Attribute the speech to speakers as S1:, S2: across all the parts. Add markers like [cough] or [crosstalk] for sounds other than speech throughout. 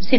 S1: Si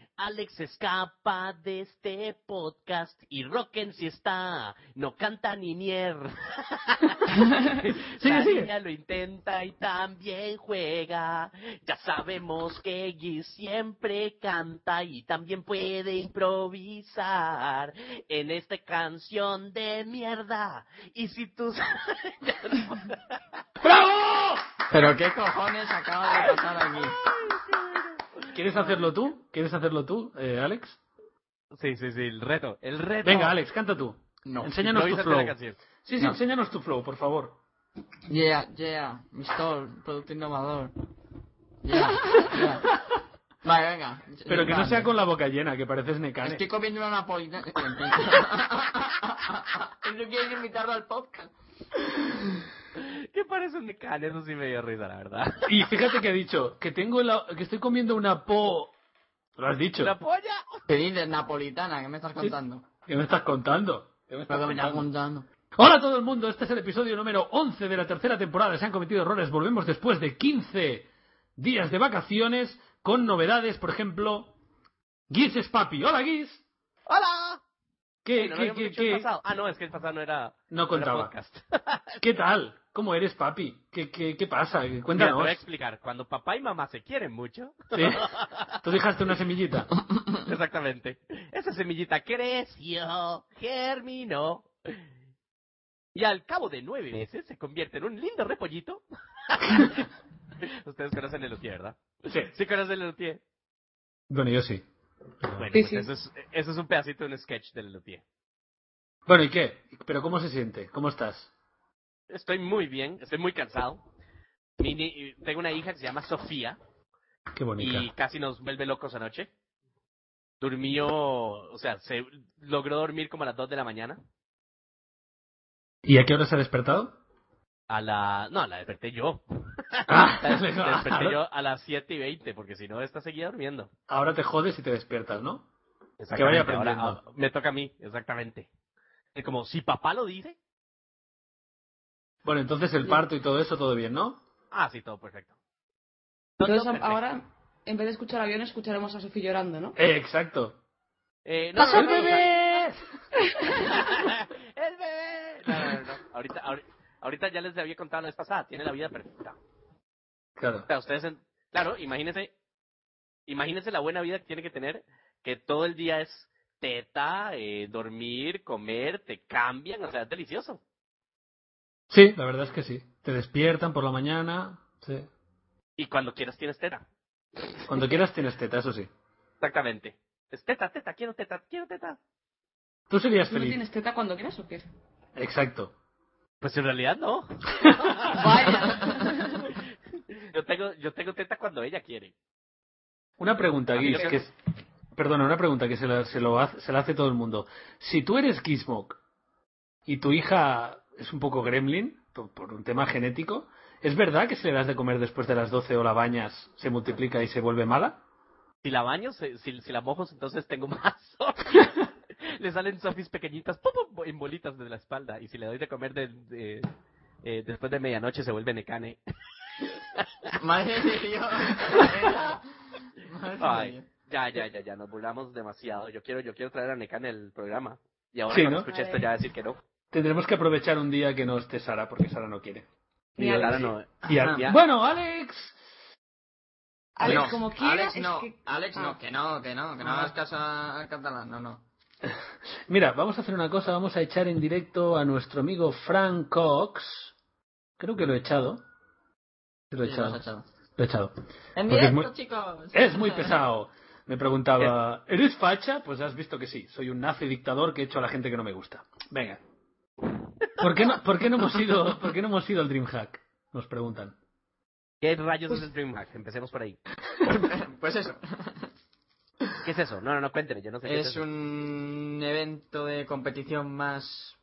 S2: Alex escapa de este podcast y Rocken si está, no canta ni
S3: [laughs]
S2: mierda.
S4: Sí,
S2: La
S4: sí.
S2: niña lo intenta y también juega. Ya sabemos que Gis siempre canta y también puede improvisar en esta canción de mierda. Y si tú Ya no-
S4: Pero qué cojones acaba de pasar aquí. ¿Quieres hacerlo tú? ¿Quieres hacerlo tú, eh, Alex?
S3: Sí, sí, sí, el reto, el reto.
S4: Venga, Alex, canta tú.
S5: No.
S4: Enséñanos tu
S3: Improvisa
S4: flow.
S3: la canción.
S4: Sí, sí,
S5: No.
S4: enséñanos tu flow, por favor.
S5: Yeah, yeah, Mistol, producto innovador. Yeah, yeah. Vale, venga.
S4: Pero que no sea con la boca llena, que pareces Necane.
S5: Estoy comiendo una napolitana. ¿Eso quieres invitarlo al podcast?
S3: ¿Qué parece un mecán? Eso sí me dio risa, la verdad.
S4: Y fíjate que he dicho que tengo la... que estoy comiendo una po. Lo has dicho.
S3: ¿La polla?
S5: ¿Qué dices, napolitana? ¿Qué me estás contando?
S4: ¿Qué me estás contando? ¿Qué me estás
S5: Pero que me estás
S4: contando?
S5: contando.
S4: Hola a todo el mundo, este es el episodio número 11 de la tercera temporada. de Se han cometido errores. Volvemos después de 15 días de vacaciones con novedades, por ejemplo, Guis es papi. Hola, Guis.
S3: ¡Hola!
S4: ¿Qué,
S3: Bueno,
S4: qué,
S3: habíamos
S4: qué,
S3: dicho el
S4: qué-
S3: pasado. Ah, no, es que el pasado no era.
S4: No
S3: era
S4: contaba. [laughs]
S3: podcast.
S4: qué tal? ¿Cómo eres, papi? ¿Qué, qué, qué pasa?
S3: Mira, te
S4: Cuéntanos.
S3: voy a explicar. Cuando papá y mamá se
S4: [laughs]
S3: quieren mucho,
S4: ¿Sí? Tú dejaste una semillita.
S3: exactamente, esa semillita creció, germinó. Y al cabo de nueve meses se convierte en un
S4: [laughs]
S3: lindo repollito. Ustedes conocen el Lutier, ¿verdad?
S4: Sí.
S3: Sí, conocen el Lutier.
S4: Bueno, yo sí.
S3: Bueno,
S4: Sí,
S3: pues Eso, es, eso es un pedacito de un sketch del Lutier.
S4: Bueno, ¿y qué? ¿Pero cómo se siente? ¿Cómo estás?
S3: Estoy muy bien, estoy muy cansado. Mi ni- tengo una hija que se llama Sofía.
S4: Qué bonita.
S3: y casi nos vuelve locos anoche. Durmió, o sea, se logró dormir como a las 2 de la mañana.
S4: ¿Y a qué hora se ha despertado?
S3: [laughs] A la... No, la desperté yo.
S4: [laughs] Ah, [laughs]
S3: La des- la desperté
S4: ahora-
S3: yo a las 7 y 20, porque si no, esta seguía durmiendo.
S4: Ahora te jodes y te despiertas, ¿no?
S3: Exactamente,
S4: vaya
S3: ahora-
S4: aprendiendo.
S3: ah, me toca a mí, exactamente. Es como, si papá lo dice...
S4: Bueno, entonces el parto y todo eso, todo bien, ¿no?
S3: Ah, sí, todo perfecto. Todo
S6: Entonces
S3: perfecto.
S6: ahora, en vez de escuchar aviones, escucharemos a Sofía llorando, ¿no?
S4: Eh, exacto.
S3: Eh, no, no, no, no,
S4: bebé!
S3: [laughs] ¡El bebé! No, no, no, no. Ahorita, ahori- ahorita ya les había contado la vez pasada, tiene la vida perfecta.
S4: Claro.
S3: O sea, ustedes, en- claro, imagínense, imagínense la buena vida que tiene que tener, que todo el día es teta, eh, dormir, comer, te cambian, o sea, es delicioso.
S4: Sí, la verdad es que sí. Te despiertan por la mañana. Sí.
S3: Y cuando quieras tienes teta.
S4: Cuando quieras tienes teta, eso sí.
S3: Exactamente. Es teta, teta, quiero teta, quiero teta.
S4: Tú serías
S6: ¿Tú no
S4: feliz.
S6: tienes teta cuando quieras o qué?
S4: Exacto.
S3: Pues en realidad
S5: [laughs]
S3: no. [laughs]
S6: Vaya.
S3: Yo tengo, yo tengo teta cuando ella quiere.
S4: Una pregunta,
S3: A mí
S4: Guis,
S3: lo que-
S4: que es... Perdona, una pregunta que se la, se, lo hace, se la hace todo el mundo. Si tú eres Gizmog y tu hija es un poco gremlin, por, por un tema genético, ¿es verdad que si le das de comer después de las 12 o la bañas, se multiplica y se vuelve mala?
S3: Si la baño, se- si, si la mojo, entonces tengo más. [laughs] Le salen sofis pequeñitas, pum, pum, en bolitas de la espalda. Y si le doy de comer de- de- eh, después de medianoche, se vuelve necane.
S5: Madre de Dios. Madre de
S3: Ay,
S5: Dios.
S3: ya, ya, ya, ya, nos burlamos demasiado. Yo quiero, yo quiero traer a Necane el programa. Y ahora
S4: Sí,
S3: cuando
S4: ¿no?
S3: escuche
S6: A
S3: esto
S6: ver.
S3: ya va a decir que no.
S4: Tendremos que aprovechar un día que no esté Sara, porque Sara no quiere.
S6: Ni
S3: Y
S6: Alex.
S3: ahora no.
S4: Y al-
S3: Ya.
S4: Bueno, Alex.
S6: Alex,
S5: No,
S6: como quieras,
S5: Alex
S6: es
S5: no,
S6: que-
S5: Alex no,
S6: Ah.
S5: que no, que no, que no
S4: Ah.
S5: hagas caso al catalán, no, no.
S4: Mira, vamos a hacer una cosa, vamos a echar en directo a nuestro amigo Frank Cox. Creo que lo he echado. Sí, Lo he
S5: Sí, lo has
S4: echado.
S5: echado.
S4: Lo he echado.
S5: En
S4: Porque es
S5: directo,
S4: muy-
S5: chicos.
S4: Es muy pesado. Me preguntaba,
S3: Eh.
S4: ¿eres facha? Pues has visto que sí. Soy un nazi dictador que he hecho a la gente que no me gusta. Venga. ¿Por qué no, por qué no hemos ido, por qué no hemos ido al Dreamhack? Nos preguntan.
S3: ¿Qué rayos
S6: Pues
S3: es el DreamHack? Empecemos por ahí.
S5: [coughs] Pues
S3: [coughs]
S5: eso.
S3: ¿Qué es eso? No, no, no, cuénteme, yo no sé qué es
S5: Es
S3: eso.
S5: un evento de competición más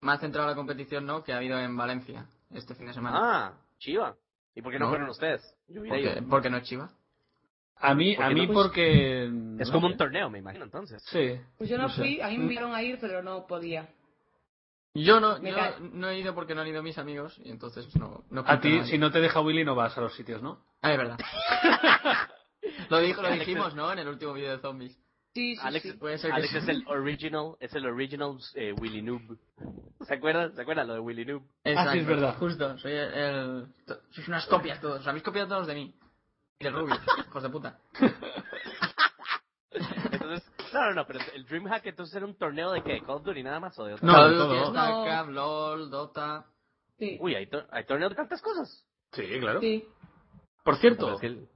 S5: más centrado a la competición, ¿no? Que ha habido en Valencia. este fin de semana.
S3: Ah, chiva. ¿Y por qué no
S5: No.
S3: fueron ustedes? Yo hubiera
S5: porque,
S3: ido.
S5: porque no es Chiva.
S4: A mí,
S3: ¿Por
S4: a
S3: qué
S4: mí
S3: no?
S4: porque...
S3: Es
S4: no
S3: como
S4: sé.
S3: un torneo, me imagino, entonces.
S4: Sí.
S6: Pues yo no,
S4: no sé.
S6: fui, a mí me enviaron a ir, pero no podía.
S5: Yo no,
S6: Me
S5: yo
S6: cae.
S5: no he ido porque no han ido mis amigos y entonces no. no
S4: A ti,
S5: funcionaba.
S4: si no te deja Willy, no vas a los sitios, ¿no?
S5: Ah,
S4: [laughs]
S5: es verdad. lo, dijo, lo
S3: Alex es-
S5: dijimos, ¿no? En el último vídeo de zombies.
S6: Sí, sí,
S3: Alex,
S6: sí.
S5: Puede ser que
S3: Alex
S5: sí.
S3: es el original, es el original eh, Willy Noob. ¿Se acuerdan? ¿Se acuerdan lo de Willy Noob?
S4: Ah, sí, es verdad.
S5: Justo, soy el, el- to- Sois unas copias todos. Os habéis copiado todos de mí. Y del Rubius, hijos de puta.
S3: Entonces, no, no, no, pero el Dreamhack entonces era un torneo de que Call of Duty nada más o de otro.
S4: No,
S5: Call
S4: de
S5: of Duty,
S4: todo.
S5: StarCraft, LOL, Dota.
S6: Sí,
S3: Uy, hay, tor- hay torneo de tantas cosas.
S4: Sí, claro.
S6: sí.
S4: Por
S3: Pero
S4: cierto,
S3: es que el-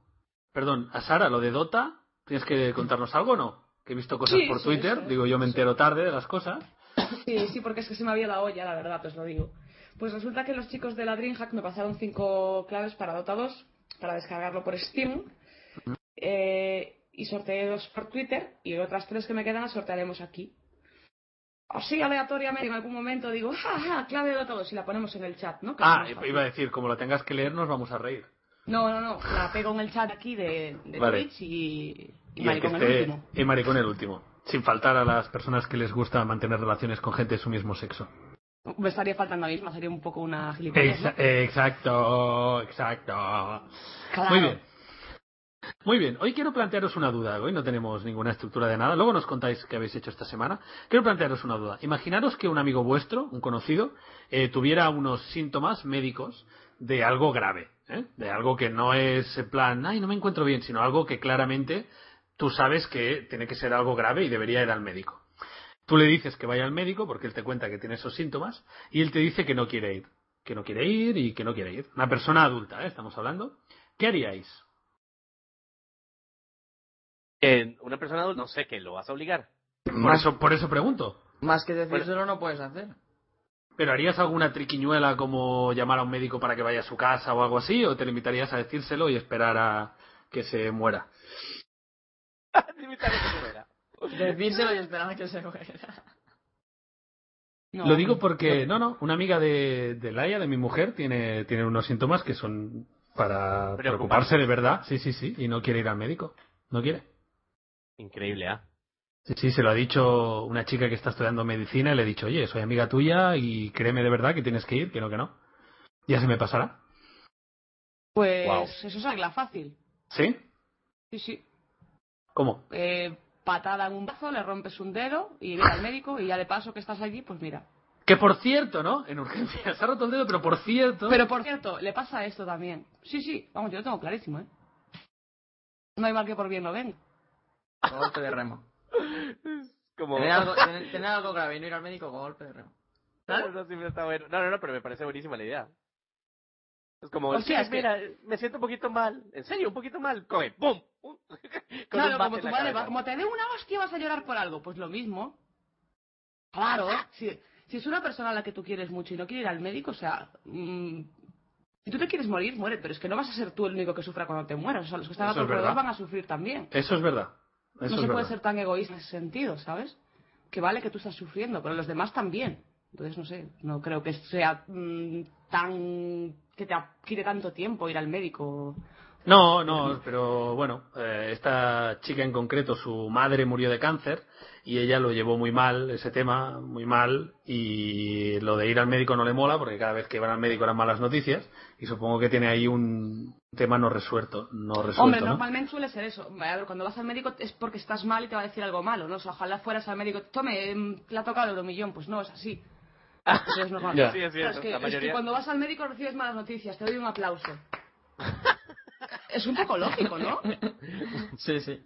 S4: perdón, a Sara, lo de Dota, ¿tienes que contarnos algo o no? Que he visto cosas
S6: Sí,
S4: por
S6: sí,
S4: Twitter,
S6: sí.
S4: digo yo me entero tarde de las cosas.
S6: Sí, sí, porque es que se me había la olla, la verdad, os lo digo. Pues resulta que los chicos de la DreamHack me pasaron cinco claves para Dota 2, para descargarlo por Steam. Eh, y sorteé dos por Twitter y otras tres que me quedan las sortearemos aquí. Así aleatoriamente en algún momento digo, jaja, clave de Dota 2 y la ponemos en el chat, ¿no? Que
S4: Ah,
S6: es más
S4: iba a
S6: fácil.
S4: decir, como lo tengas que leer, nos vamos a reír.
S6: No, no, no, la pego en el chat aquí de, de
S4: Vale.
S6: Twitch y, y,
S4: Y el que
S6: maricón el
S4: esté-
S6: último.
S4: y maricón el último. Sin faltar a las personas que les gusta mantener relaciones con gente de su mismo sexo.
S6: Me estaría faltando a mí, me sería un poco una gilipollas. ¿no?
S4: Exa- Exacto, exacto.
S6: Claro.
S4: Muy bien. Muy bien, hoy quiero plantearos una duda. Hoy no tenemos ninguna estructura de nada. Luego nos contáis qué habéis hecho esta semana. Quiero plantearos una duda. Imaginaros que un amigo vuestro, un conocido, eh, tuviera unos síntomas médicos de algo grave. ¿eh? De algo que no es en plan, ay, no me encuentro bien, sino algo que claramente tú sabes que tiene que ser algo grave y debería ir al médico. Tú le dices que vaya al médico porque él te cuenta que tiene esos síntomas y él te dice que no quiere ir. Que no quiere ir y que no quiere ir. Una persona adulta, ¿eh? estamos hablando. ¿Qué haríais?
S3: eh, una persona adulta, no sé, que lo vas a obligar. [laughs]
S4: Por eso, por eso pregunto.
S5: Más que decírselo no puedes hacer.
S4: ¿Pero harías alguna triquiñuela como llamar a un médico para que vaya a su casa o algo así? ¿O te limitarías a decírselo y esperar a que se muera?
S3: Limitar eso, era.
S5: Decírselo y esperar a que se muera.
S6: No,
S4: Lo digo porque, no, no, una amiga de, de Laia, de mi mujer, tiene, tiene unos síntomas que son para
S3: Preocupante.
S4: preocuparse de verdad. Sí, sí, sí. Y no quiere ir al médico. No quiere.
S3: Increíble, ¿ah?
S4: Sí, sí, se lo ha dicho una chica que está estudiando medicina y le he dicho, oye, soy amiga tuya y créeme de verdad que tienes que ir, que no, que no. Ya se me pasará.
S6: Pues
S3: Guau.
S6: eso es la fácil.
S4: ¿Sí?
S6: Sí, sí.
S4: ¿Cómo?
S6: Eh, patada en un brazo, le rompes un dedo y ve al médico y ya de paso que estás allí, pues mira.
S4: Que por cierto, ¿no? En urgencia [laughs] se ha roto el dedo, pero por cierto.
S6: Pero por cierto, le pasa esto también. Sí, sí, vamos, yo lo tengo clarísimo, ¿eh? No hay mal que por bien lo venga.
S5: Golpe
S4: [laughs]
S5: de remo.
S3: Como...
S5: Tener
S3: [laughs]
S5: algo, tener, tener algo grave y no ir al médico, golpe de remo.
S3: Eso siempre está bueno. No, no, no, pero me parece buenísima la idea. Es como,
S6: O sea,
S3: "Sí,
S6: es que-
S3: mira, me siento un poquito mal. En serio, un poquito mal. Come, ¡pum! [laughs] Con un
S6: Claro,
S3: bate
S6: como
S3: en
S6: tu
S3: la
S6: madre,
S3: cabeza.
S6: va, como te dé una hostia vas a llorar por algo, pues lo mismo. Claro, si, si es una persona a la que tú quieres mucho y no quiere ir al médico, o sea, mm, si tú te quieres morir, muere, pero es que no vas a ser tú el único que sufra cuando te mueras, o sea, los que están
S4: Eso
S6: a tu
S4: es verdad.
S6: alrededor van a sufrir también.
S4: Eso es verdad. Eso es
S6: no se
S4: verdad.
S6: puede ser tan egoísta en ese sentido, ¿sabes? Que vale que tú estás sufriendo, pero los demás también. Entonces, no sé, no creo que sea mm, tan. que te a- quite tanto tiempo ir al médico.
S4: No, no, pero bueno, eh, esta chica en concreto, su madre murió de cáncer y ella lo llevó muy mal, ese tema, muy mal, y lo de ir al médico no le mola porque cada vez que iban al médico eran malas noticias y supongo que tiene ahí un tema no resuelto, no resuelto,
S6: Hombre,
S4: ¿no?
S6: normalmente suele ser eso. A ver, cuando vas al médico es porque estás mal y te va a decir algo malo, ¿no? O sea, ojalá fueras al médico, tome, mm, le ha tocado el euromillón, pues no, es así. Eso es normal.
S4: [laughs] Ya.
S3: Sí, es
S6: Claro,
S3: cierto.
S6: es, que,
S3: la
S6: es que
S3: mayoría...
S6: cuando vas al médico recibes malas noticias, te doy un aplauso. es un poco
S4: [laughs]
S6: lógico, ¿no?
S5: Sí, sí.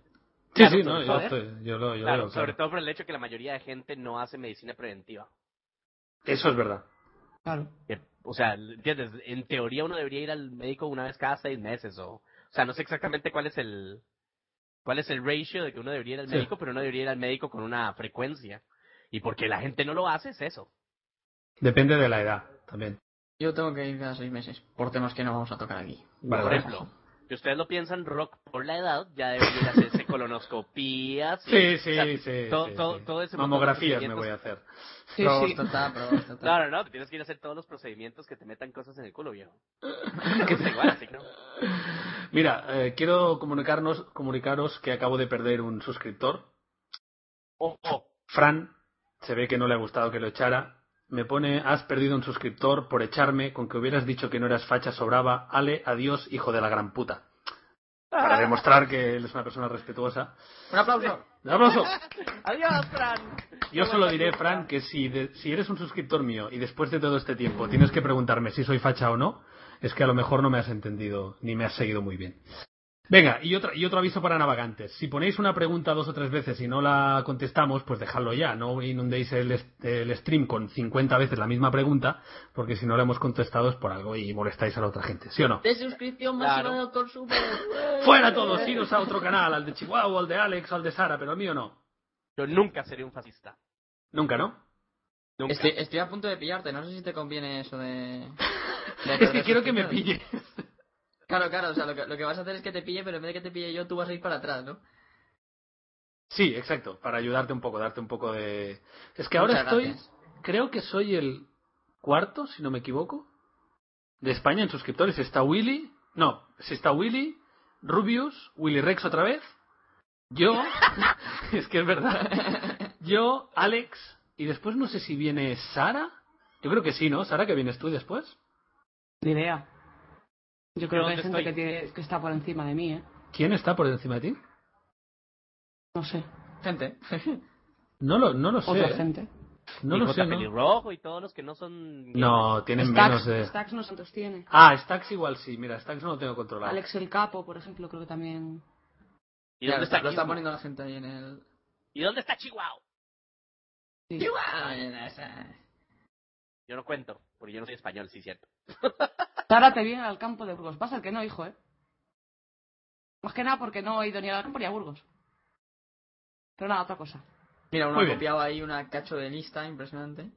S4: Sí,
S3: Claro,
S4: sí, no,
S3: sobre
S4: yo,
S3: todo,
S4: estoy- yo lo yo
S3: Claro,
S4: lo-
S3: sobre
S4: claro.
S3: todo por el hecho que la mayoría de gente no hace medicina preventiva.
S4: Eso es verdad.
S6: Claro.
S3: Que, eh, O sea, ¿entiendes? En teoría uno debería ir al médico una vez cada seis meses o... O sea, no sé exactamente cuál es el... cuál es el ratio de que uno debería ir al
S4: Sí.
S3: médico, pero uno debería ir al médico con una frecuencia. Y porque la gente no lo hace es eso.
S4: Depende de la edad también.
S5: Yo tengo que ir cada seis meses, por temas que no vamos a tocar aquí.
S4: Vale,
S3: por
S4: vale.
S3: ejemplo.
S2: que ustedes lo piensan rock por la edad, ya deberían hacerse colonoscopías. y-
S4: Sí, sí,
S2: o sea,
S4: sí.
S3: todo-
S4: sí,
S3: todo-
S4: sí.
S3: todo ese montón de
S4: Mamografías me
S3: procedimientos-
S4: voy a hacer.
S6: Sí, sí.
S5: Probos total, probos total.
S2: No, no, no, te tienes que ir a hacer todos los procedimientos que te metan cosas en el culo,
S4: [laughs]
S2: viejo. Que es igual, así que no.
S4: Mira, eh, quiero comunicarnos, comunicaros que acabo de perder un suscriptor.
S2: Ojo,
S4: Fran, se ve que no le ha gustado que lo echara. Me pone, has perdido un suscriptor por echarme con que hubieras dicho que no eras facha sobraba. Ale, adiós, hijo de la gran puta. Para demostrar que él es una persona respetuosa.
S5: Un aplauso.
S4: ¡Un aplauso!
S2: [laughs] adiós, Fran.
S4: Yo solo diré, Fran, que si, de- si eres un suscriptor mío y después de todo este tiempo tienes que preguntarme si soy facha o no, es que a lo mejor no me has entendido ni me has seguido muy bien. Venga, y otro, y otro aviso para navegantes. Si ponéis una pregunta dos o tres veces y no la contestamos, pues dejadlo ya. No inundéis el, est- el stream con 50 veces la misma pregunta, porque si no la hemos contestado es por algo y molestáis a la otra gente. ¿Sí o no?
S5: De suscripción
S2: Claro.
S5: masiva de Doctor Super.
S4: Fuera todos, iros a otro canal, al de Chihuahua, al de Alex, al de Sara, pero el mío no.
S3: Yo nunca seré un fascista.
S4: Nunca, ¿no?
S3: Nunca.
S5: Estoy,
S4: eh,
S5: estoy a punto de pillarte, no sé si te conviene eso de... [laughs] de
S4: Es que quiero que me
S5: suscriptores.
S4: pille.
S5: Claro, claro, o sea, lo que, lo que vas a hacer es que te pille, pero en vez de que te pille yo, tú vas a ir para atrás, ¿no?
S4: Sí, exacto, para ayudarte un poco, darte un poco de... Es que ahora
S5: Muchas
S4: estoy,
S5: gracias.
S4: creo que soy el cuarto, si no me equivoco, de España en suscriptores. Está Willy, no, se está Willy, Rubius, Willy Rex otra vez, yo, [laughs] es que es verdad, yo, Alex, y después no sé si viene Sara, yo creo que sí, ¿no? Sara, que vienes tú después.
S6: Ni idea. Yo creo que hay
S3: dónde
S6: gente
S3: estoy?
S6: que, tiene, que está por encima de mí, ¿eh?
S4: ¿Quién está por encima de ti?
S6: No sé.
S5: Gente.
S4: No lo, no lo sé,
S6: Otra
S4: ¿eh?
S6: gente.
S4: no
S3: Y
S4: lo
S3: J.
S4: sé, ¿no?
S3: Pelirrojo y todos los que no son...
S4: No, tienen menos
S6: Stacks,
S4: de...
S6: Stacks no santos tiene.
S4: Ah, Stacks igual sí, mira, Stacks no lo tengo controlado.
S6: Alex el Capo, por ejemplo, creo que también.
S2: ¿Y
S5: Ya,
S2: dónde está
S5: lo está
S2: Gizmo?
S5: poniendo la gente ahí en el...
S2: ¿Y dónde está Chihuahua?
S6: Sí.
S5: ¡Chihuahua! En esa-
S2: Yo no cuento, porque yo no soy español, sí, cierto.
S6: Sara te viene al campo de Burgos. Vas al que no, hijo, ¿eh? Más que nada porque no he ido ni al campo ni a Burgos. Pero nada, otra cosa.
S5: Mira, uno
S4: Muy
S5: ha
S4: bien.
S5: copiado ahí una cacho de lista impresionante.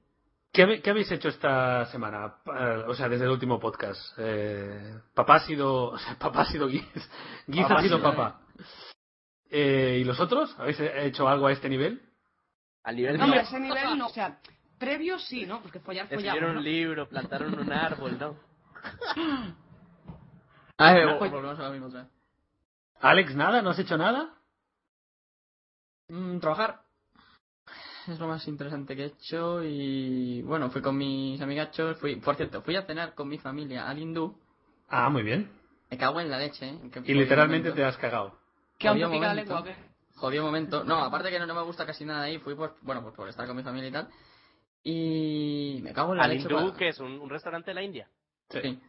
S4: ¿Qué, habe- qué habéis hecho esta semana? Pa- o sea, desde el último podcast. Eh, papá ha sido. [laughs] o sea, papá ha sido Guiz. Guiz
S5: Papá
S4: ha
S5: ha
S4: sido
S5: sido,
S4: papá. Eh, ¿Y los otros? ¿Habéis hecho algo a este nivel?
S2: Al nivel
S6: No, hombre, pues a
S2: de...
S6: ese nivel no. O sea, previo sí, ¿no? Porque follar, follar.
S2: Escribieron un libro, plantaron un árbol,
S6: [laughs]
S2: ¿no?
S5: A ver,
S6: No.
S5: volvemos a lo mismo otra vez.
S4: ¿Alex nada? ¿No has hecho nada?
S5: Mm, trabajar. Es lo más interesante que he hecho y... Bueno, fui con mis amigachos, fui... Por cierto, fui a cenar con mi familia al hindú.
S4: Ah, muy bien.
S5: Me cago en la leche, ¿eh?
S4: Y literalmente te has cagado.
S6: Que aún te
S5: Había
S6: pica la
S5: momento.
S6: lengua, ¿o qué?
S5: Jodido momento. No, aparte que no, no me gusta casi nada ahí. Fui por, bueno, pues por estar con mi familia y tal. Y me cago en la
S2: Al
S5: leche.
S2: hindú,
S5: pa-
S2: que es un, un restaurante de la India.
S5: Sí.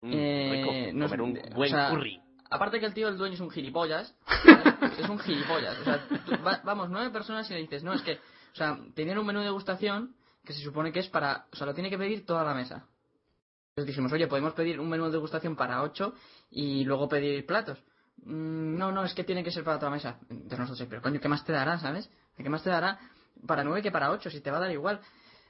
S2: Mm,
S5: Eh,
S2: rico,
S5: no
S2: comer
S5: sé,
S2: un
S5: o
S2: buen
S5: sea,
S2: curry.
S5: Aparte que el tío, el dueño, es un gilipollas. ¿vale? es un gilipollas. O sea, tú- va- vamos, nueve personas y le dices, no, es que, o sea, tenían un menú de degustación que se supone que es para, o sea, lo tiene que pedir toda la mesa. Entonces dijimos, oye, podemos pedir un menú de degustación para ocho y luego pedir platos. Mm, no, no, es que tiene que ser para toda la mesa. Entonces nosotros, pero coño, ¿qué más te dará, sabes? ¿Qué más te dará para nueve que para ocho? Si te va a dar igual.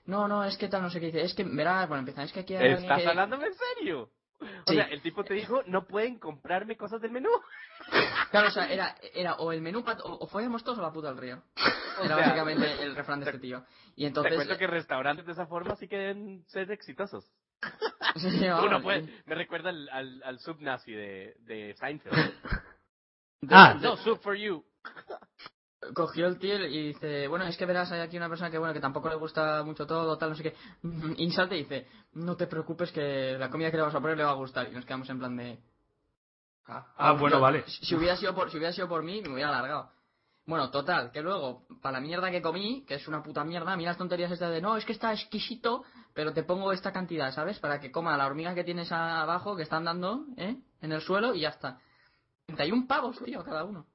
S5: No, no, es que tal, no sé qué dice. Es que, verás, bueno, empiezan, es que aquí hay alguien
S3: ¿Estás
S5: que-
S3: hablándome en serio? O
S5: Sí.
S3: sea, el tipo te dijo, no pueden comprarme cosas del [laughs] menú.
S5: Claro, o sea, era, era o el menú pat- o, o follamos todos o la puta al río.
S3: O
S5: Era
S3: sea, pues,
S5: básicamente el refrán de este tío. Y
S3: Te
S5: entonces. eh, [laughs]
S3: cuento que restaurantes de esa forma sí que deben ser exitosos.
S5: Sí, sí,
S3: Tú
S5: vamos,
S3: no puedes-
S5: sí.
S3: Me recuerda al, al, al subnazi de, de Seinfeld.
S4: Ah,
S3: No, soup for you.
S5: Cogió el tío y dice: Bueno, es que verás, hay aquí una persona que bueno que tampoco le gusta mucho todo, tal, no sé qué. [laughs] Y salte y dice: No te preocupes que la comida que le vas a poner le va a gustar. Y nos quedamos en plan de.
S4: ah, ah, bueno,
S5: Yo-
S4: vale.
S5: Si si hubiera sido por, si hubiera sido por mí, me hubiera alargado. Bueno, total, que luego, para la mierda que comí, que es una puta mierda, a mí las tonterías estas de, no, es que está exquisito, pero te pongo esta cantidad, ¿sabes? Para que coma la hormiga que tienes a- abajo, que están dando, ¿eh? En el suelo y ya está. 31 pavos, tío, cada uno.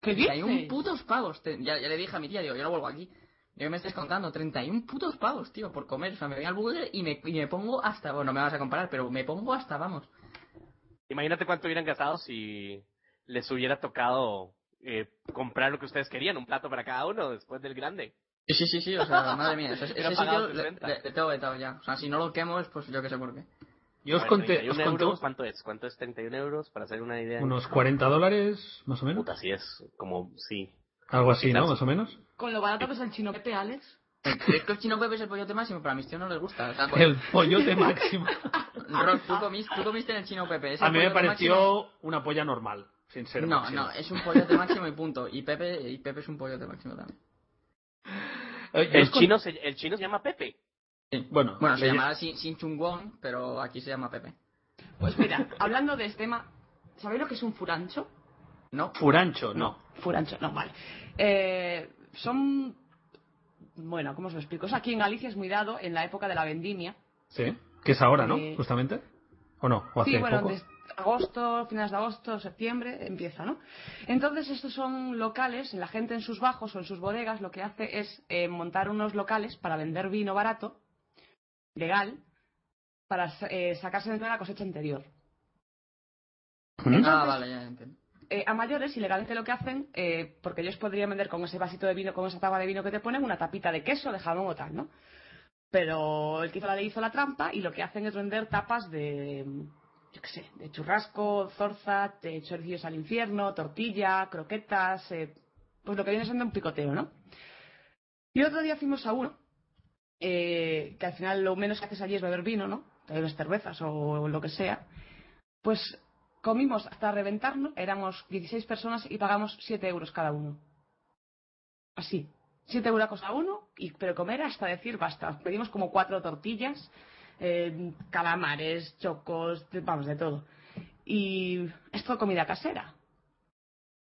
S6: ¿Qué
S5: 31
S6: dices?
S5: putos pavos. Te- ya, ya le dije a mi tía, digo, yo no vuelvo aquí. Yo me estés contando, 31 putos pavos, tío, por comer. O sea, me voy al burger y me, y me pongo hasta, bueno, no me vas a comparar, pero me pongo hasta, vamos.
S3: Imagínate cuánto hubieran gastado si les hubiera tocado eh, comprar lo que ustedes querían, un plato para cada uno después del grande.
S5: Sí, sí, sí, sí, o sea, [laughs] madre mía, ese,
S3: Era
S5: ese
S3: pagado
S5: sitio le,
S3: 60.
S5: le- le tengo vetado ya. O sea, si no lo quemo es pues yo que sé por qué.
S4: Yo os
S2: Bueno,
S4: conté,
S2: 31
S4: os conté
S2: euros, ¿cuánto es? ¿Cuánto es 31 euros? Para hacer una idea.
S4: unos 40 dólares, más o menos.
S2: Puta, sí es. Como, sí.
S4: Algo así, ¿no?
S2: Exacto.
S4: Más o menos.
S6: Con lo barato que es el chino Pepe, Alex.
S5: Es que el chino Pepe es el pollote máximo, pero a mis tíos no les gusta. O sea,
S4: El [laughs] pollote máximo.
S5: Rock, tú comiste, tú comiste en el chino Pepe. ¿es el
S4: A mí me
S5: pollote
S4: pareció
S5: máximo?
S4: una polla normal, sin ser
S5: No,
S4: máximo.
S5: no, es un pollote máximo y punto. Y Pepe, y Pepe es un pollote máximo también.
S4: Eh, yo
S2: El
S4: os con-
S2: chino, se, el chino se llama Pepe.
S5: Sí.
S4: Bueno,
S5: Bueno, se
S4: le-
S5: llamaba Sin, Sin Chungwon, pero aquí se llama Pepe.
S6: Pues mira, hablando de este tema, ¿sabéis lo que es un furancho?
S5: No,
S4: Furancho, no.
S6: Furancho, no, vale. Eh, son. Bueno, ¿cómo os lo explico? O sea, aquí en Galicia es muy dado en la época de la vendimia.
S4: Sí. Que es ahora, ¿no?
S6: Eh,
S4: Justamente. ¿O no? ¿O hace
S6: sí, bueno,
S4: poco?
S6: desde agosto, finales de agosto, septiembre, empieza, ¿no? Entonces, estos son locales, la gente en sus bajos o en sus bodegas lo que hace es eh, montar unos locales para vender vino barato, legal, para sa- eh, sacarse de la cosecha anterior.
S4: ¿Mm?
S5: Ah, vale, ya entiendo.
S6: Eh, a mayores, ilegalmente lo que hacen, eh, porque ellos podrían vender con ese vasito de vino, con esa tapa de vino que te ponen, una tapita de queso, de jamón o tal, ¿no? Pero el que hizo la ley hizo la trampa y lo que hacen es vender tapas de, yo qué sé, de churrasco, zorza, de choricillos al infierno, tortilla, croquetas, eh, pues lo que viene siendo un picoteo, ¿no? Y el otro día fuimos a uno, eh, que al final lo menos que haces allí es beber vino, ¿no? Te bebes cervezas o lo que sea. Pues comimos hasta reventarnos, éramos 16 personas y pagamos 7 euros cada uno. Así. 7 euros cada uno, y, pero comer hasta decir basta. Pedimos como cuatro tortillas, eh, calamares, chocos, de- vamos, de todo. Y esto comida casera.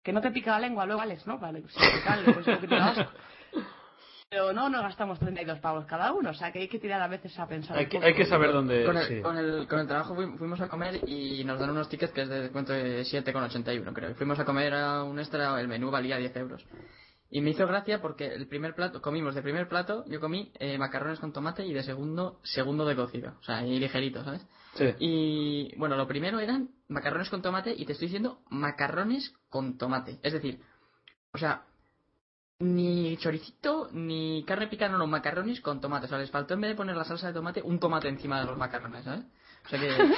S6: Que no te pica la lengua luego, Alex, ¿no? Vale, sí, picarle, pues un poquito de asco. Pero no nos gastamos 32 pavos cada uno, o sea que hay que tirar a veces a pensar. un
S4: Hay que,
S6: poco.
S4: hay que saber dónde.
S5: Con el,
S4: sí.
S5: con, el, con el trabajo fuim- fuimos a comer y nos dan unos tickets que es de descuento de 7,81 creo. Y Fuimos a comer a un extra, el menú valía 10 euros. Y me hizo gracia porque el primer plato, comimos de primer plato, yo comí eh, macarrones con tomate y de segundo, segundo de cocido. O sea, y ligerito, ¿sabes?
S4: Sí.
S5: Y bueno, lo primero eran macarrones con tomate y te estoy diciendo macarrones con tomate. Es decir, o sea, ni choricito, ni carne picada, no, no, macarrones con tomate. O sea, les faltó en vez de poner la salsa de tomate, un tomate encima de los macarrones, ¿sabes? O sea que...
S4: [laughs]